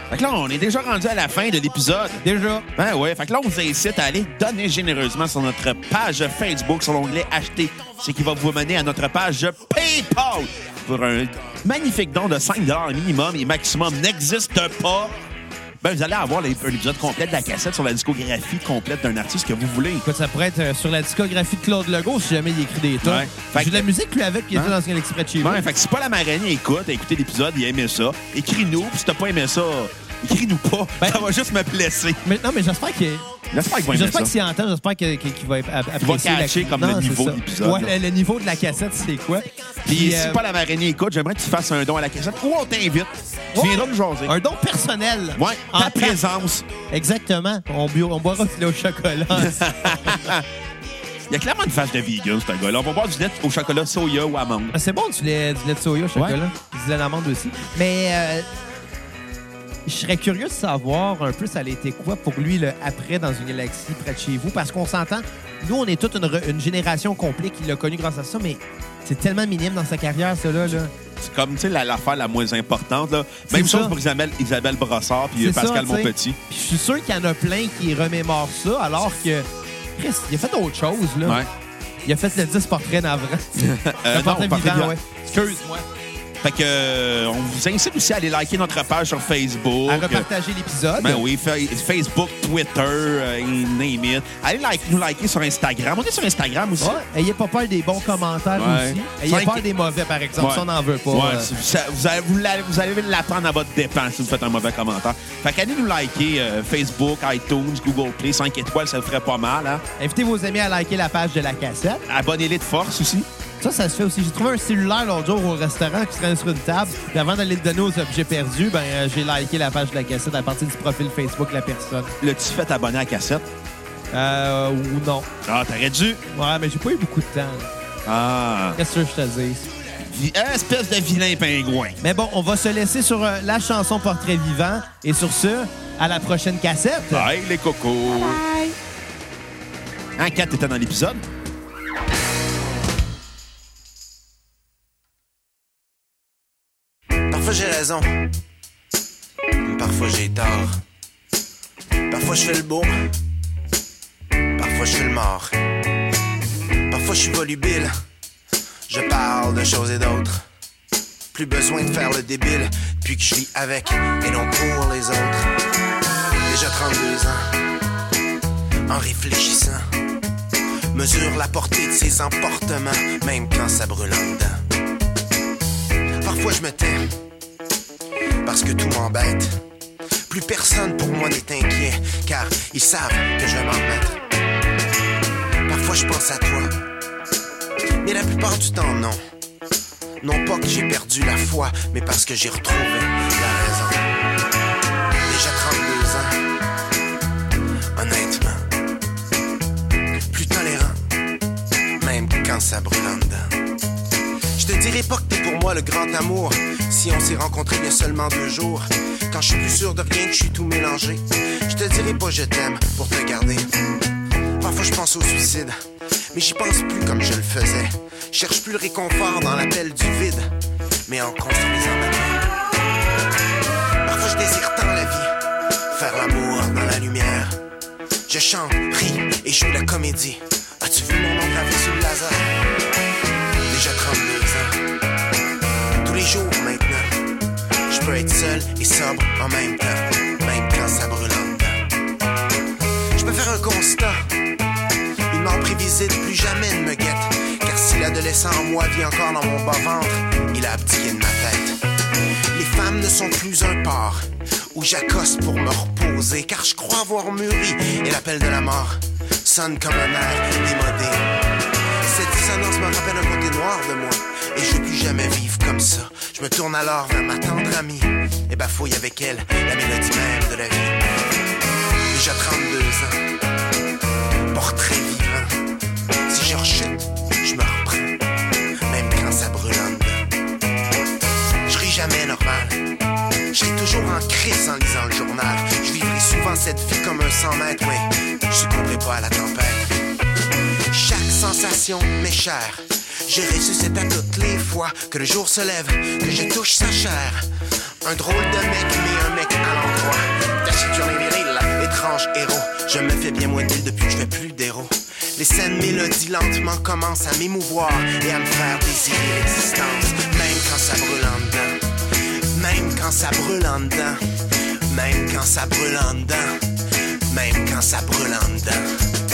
Speaker 1: Fait que là, on est déjà rendu à la fin de l'épisode.
Speaker 3: Déjà.
Speaker 1: Ben ouais, fait que là, on vous incite à aller donner généreusement sur notre page Facebook, sur l'onglet Acheter, ce qui va vous mener à notre page PayPal pour un magnifique don de 5 minimum et maximum n'existe pas. Ben, vous allez avoir l'ép- l'épisode complet de la cassette sur la discographie complète d'un artiste que vous voulez.
Speaker 3: Écoute, ça pourrait être euh, sur la discographie de Claude Legault si jamais il écrit des tonnes.
Speaker 1: Ouais. Fait
Speaker 3: J'ai de la
Speaker 1: que-
Speaker 3: musique, lui, avec, qui
Speaker 1: Hein?
Speaker 3: était dans un exprès de chez vous.
Speaker 1: Ouais, fait que si Paul Amarani écoute, écoutez l'épisode, il a aimé ça, écris-nous. Puis si t'as pas aimé ça, écris-nous pas.
Speaker 3: Ben-
Speaker 1: ça va juste me blesser.
Speaker 3: Mais, non, mais j'espère que.
Speaker 1: J'espère qu'il va aimer
Speaker 3: J'espère
Speaker 1: ça.
Speaker 3: que s'il entend, j'espère que- que- qu'il va ap- ap-
Speaker 1: va
Speaker 3: apprécier.
Speaker 1: catcher
Speaker 3: la...
Speaker 1: comme
Speaker 3: Non,
Speaker 1: le
Speaker 3: c'est
Speaker 1: niveau
Speaker 3: ça.
Speaker 1: de l'épisode,
Speaker 3: Ouais,
Speaker 1: là.
Speaker 3: le, le niveau de la cassette, c'est quoi?
Speaker 1: Puis si
Speaker 3: euh,
Speaker 1: Paul Amarani écoute, j'aimerais que tu fasses un don à la cassette ou on t'invite. Tu
Speaker 3: Ouais.
Speaker 1: viendras nous jaser.
Speaker 3: Un don personnel.
Speaker 1: Ouais,
Speaker 3: En
Speaker 1: ta
Speaker 3: ta-
Speaker 1: présence.
Speaker 3: Exactement. On, bu- on boira du lait au chocolat.
Speaker 1: Il y a clairement une face de vegan, ce gars-là. On va boire du lait au chocolat, soya ou amande.
Speaker 3: Ah, c'est bon du lait, du lait de soya au chocolat.
Speaker 1: Ouais.
Speaker 3: Du lait d'amande aussi. Mais euh, je serais curieux de savoir un peu ça a été quoi pour lui le après dans une galaxie près de chez vous. Parce qu'on s'entend, nous, on est toute une, re- une génération complète qui l'a connu grâce à ça, mais c'est tellement minime dans sa carrière, ça, là. là.
Speaker 1: C'est comme, tu sais, la- l'affaire la moins importante. Là.
Speaker 3: C'est
Speaker 1: Même chose
Speaker 3: ça.
Speaker 1: pour Isabelle, Isabelle Brossard puis euh,
Speaker 3: C'est ça,
Speaker 1: Pascal
Speaker 3: tu sais.
Speaker 1: Monpetit.
Speaker 3: Puis je suis sûr qu'il y en a plein qui remémorent ça, alors que Chris, il a fait autre chose, là.
Speaker 1: Ouais.
Speaker 3: Il a fait le 10 portraits d'avant.
Speaker 1: Euh,
Speaker 3: le portrait
Speaker 1: non, portrait
Speaker 3: vivant,
Speaker 1: vivant.
Speaker 3: ouais. Excuse-moi.
Speaker 1: Fait que, euh, on vous incite aussi à aller liker notre page sur Facebook.
Speaker 3: À repartager l'épisode.
Speaker 1: Oh, Ben oui, fa- Facebook, Twitter, euh, name it. Allez like, nous liker sur Instagram. On est sur Instagram aussi.
Speaker 3: Ouais, Ayez pas peur des bons commentaires
Speaker 1: Ouais.
Speaker 3: aussi. Ayez
Speaker 1: Cinq-
Speaker 3: peur des mauvais, par exemple.
Speaker 1: Ouais.
Speaker 3: Si on n'en veut pas.
Speaker 1: Ouais,
Speaker 3: euh,
Speaker 1: c'est- ça- vous, allez, vous, l'allez- vous allez l'apprendre à votre dépens si vous faites un mauvais commentaire. Fait qu'allez nous liker euh, Facebook, iTunes, Google Play, 5 étoiles, ça vous ferait pas mal. Hein?
Speaker 3: Invitez vos amis à liker la page de la cassette.
Speaker 1: Abonnez-les de force aussi.
Speaker 3: Ça, ça se fait aussi. J'ai trouvé un cellulaire l'autre jour au restaurant qui traîne sur une table. Puis avant d'aller le donner aux objets perdus, ben, euh, j'ai liké la page de la cassette à partir du profil Facebook de la personne.
Speaker 1: L'as-tu fait abonner à la cassette?
Speaker 3: Euh, ou non.
Speaker 1: Ah, t'aurais dû.
Speaker 3: Ouais, mais j'ai pas eu beaucoup de temps.
Speaker 1: Ah.
Speaker 3: Qu'est-ce que je te dis?
Speaker 1: Vi- euh, Espèce de vilain pingouin.
Speaker 3: Mais bon, on va se laisser sur euh, la chanson Portrait vivant. Et sur ce, à la prochaine cassette.
Speaker 1: Bye, les cocos.
Speaker 4: Bye.
Speaker 1: Hein, Kat, t'étais dans l'épisode?
Speaker 2: Parfois j'ai raison. Parfois j'ai tort. Parfois je fais le beau. Parfois je fais le mort. Parfois je suis volubile. Je parle de choses et d'autres. Plus besoin de faire le débile, puis que je vis avec et non pour les autres. Déjà 32 ans, en réfléchissant, mesure la portée de ses emportements, même quand ça brûle en dedans. Parfois je me tais parce que tout m'embête. plus personne pour moi n'est inquiet, car ils savent que je vais m'en remettre. Parfois je pense à toi, mais la plupart du temps non. Non pas que j'ai perdu la foi, mais parce que j'ai retrouvé la raison. Déjà 32 ans, honnêtement. Plus tolérant, même quand ça brûle en dedans. Je te dirai pas que t'es pour moi le grand amour, si on s'est rencontrés il y a seulement deux jours. Quand je suis plus sûr de rien, que je suis tout mélangé. Je te dirai pas je t'aime pour te garder. Parfois je pense au suicide, mais j'y pense plus comme je le faisais. Je cherche plus le réconfort dans l'appel du vide, mais en construisant ma vie. Parfois je désire tant la vie, faire l'amour dans la lumière. Je chante, ris et joue la comédie. As-tu vu mon nom gravé sur le laser? Déjà 32 ans. Tous les jours maintenant. Je peux être seul et sobre en même temps, même quand ça brûle en dedans. Je peux faire un constat. Ils m'ont prévisé de plus jamais ne me guette. Car si l'adolescent en moi vit encore dans mon bas-ventre, il a abdiqué de ma tête. Les femmes ne sont plus un port où j'accoste pour me reposer. Car je crois avoir mûri et l'appel de la mort sonne comme un air démodé. Cette dissonance me rappelle un côté noir de moi et je veux plus jamais vivre comme ça. Je me tourne alors vers ma tendre amie et bafouille avec elle la mélodie même de la vie. Déjà 32 ans portrait vivant. Si je rechute, je me reprends, même quand ça brûle en dedans. Je ris jamais normal. Je ris toujours en crise en lisant le journal. Je vivrai souvent cette vie comme un 100 mètres, mais je succomberai pas à la tempête. Chaque sensation m'est chère. Je ressuscite à toutes les fois que le jour se lève, que je touche sa chair. Un drôle de mec, mais un mec à l'endroit. Taciturne et viril, étrange héros. Je me fais bien moins d'huile depuis que je fais plus d'héros. Les scènes mélodies lentement commencent à m'émouvoir et à me faire désirer l'existence, même quand ça brûle en dedans. Même quand ça brûle en dedans. Même quand ça brûle en dedans. Même quand ça brûle en dedans.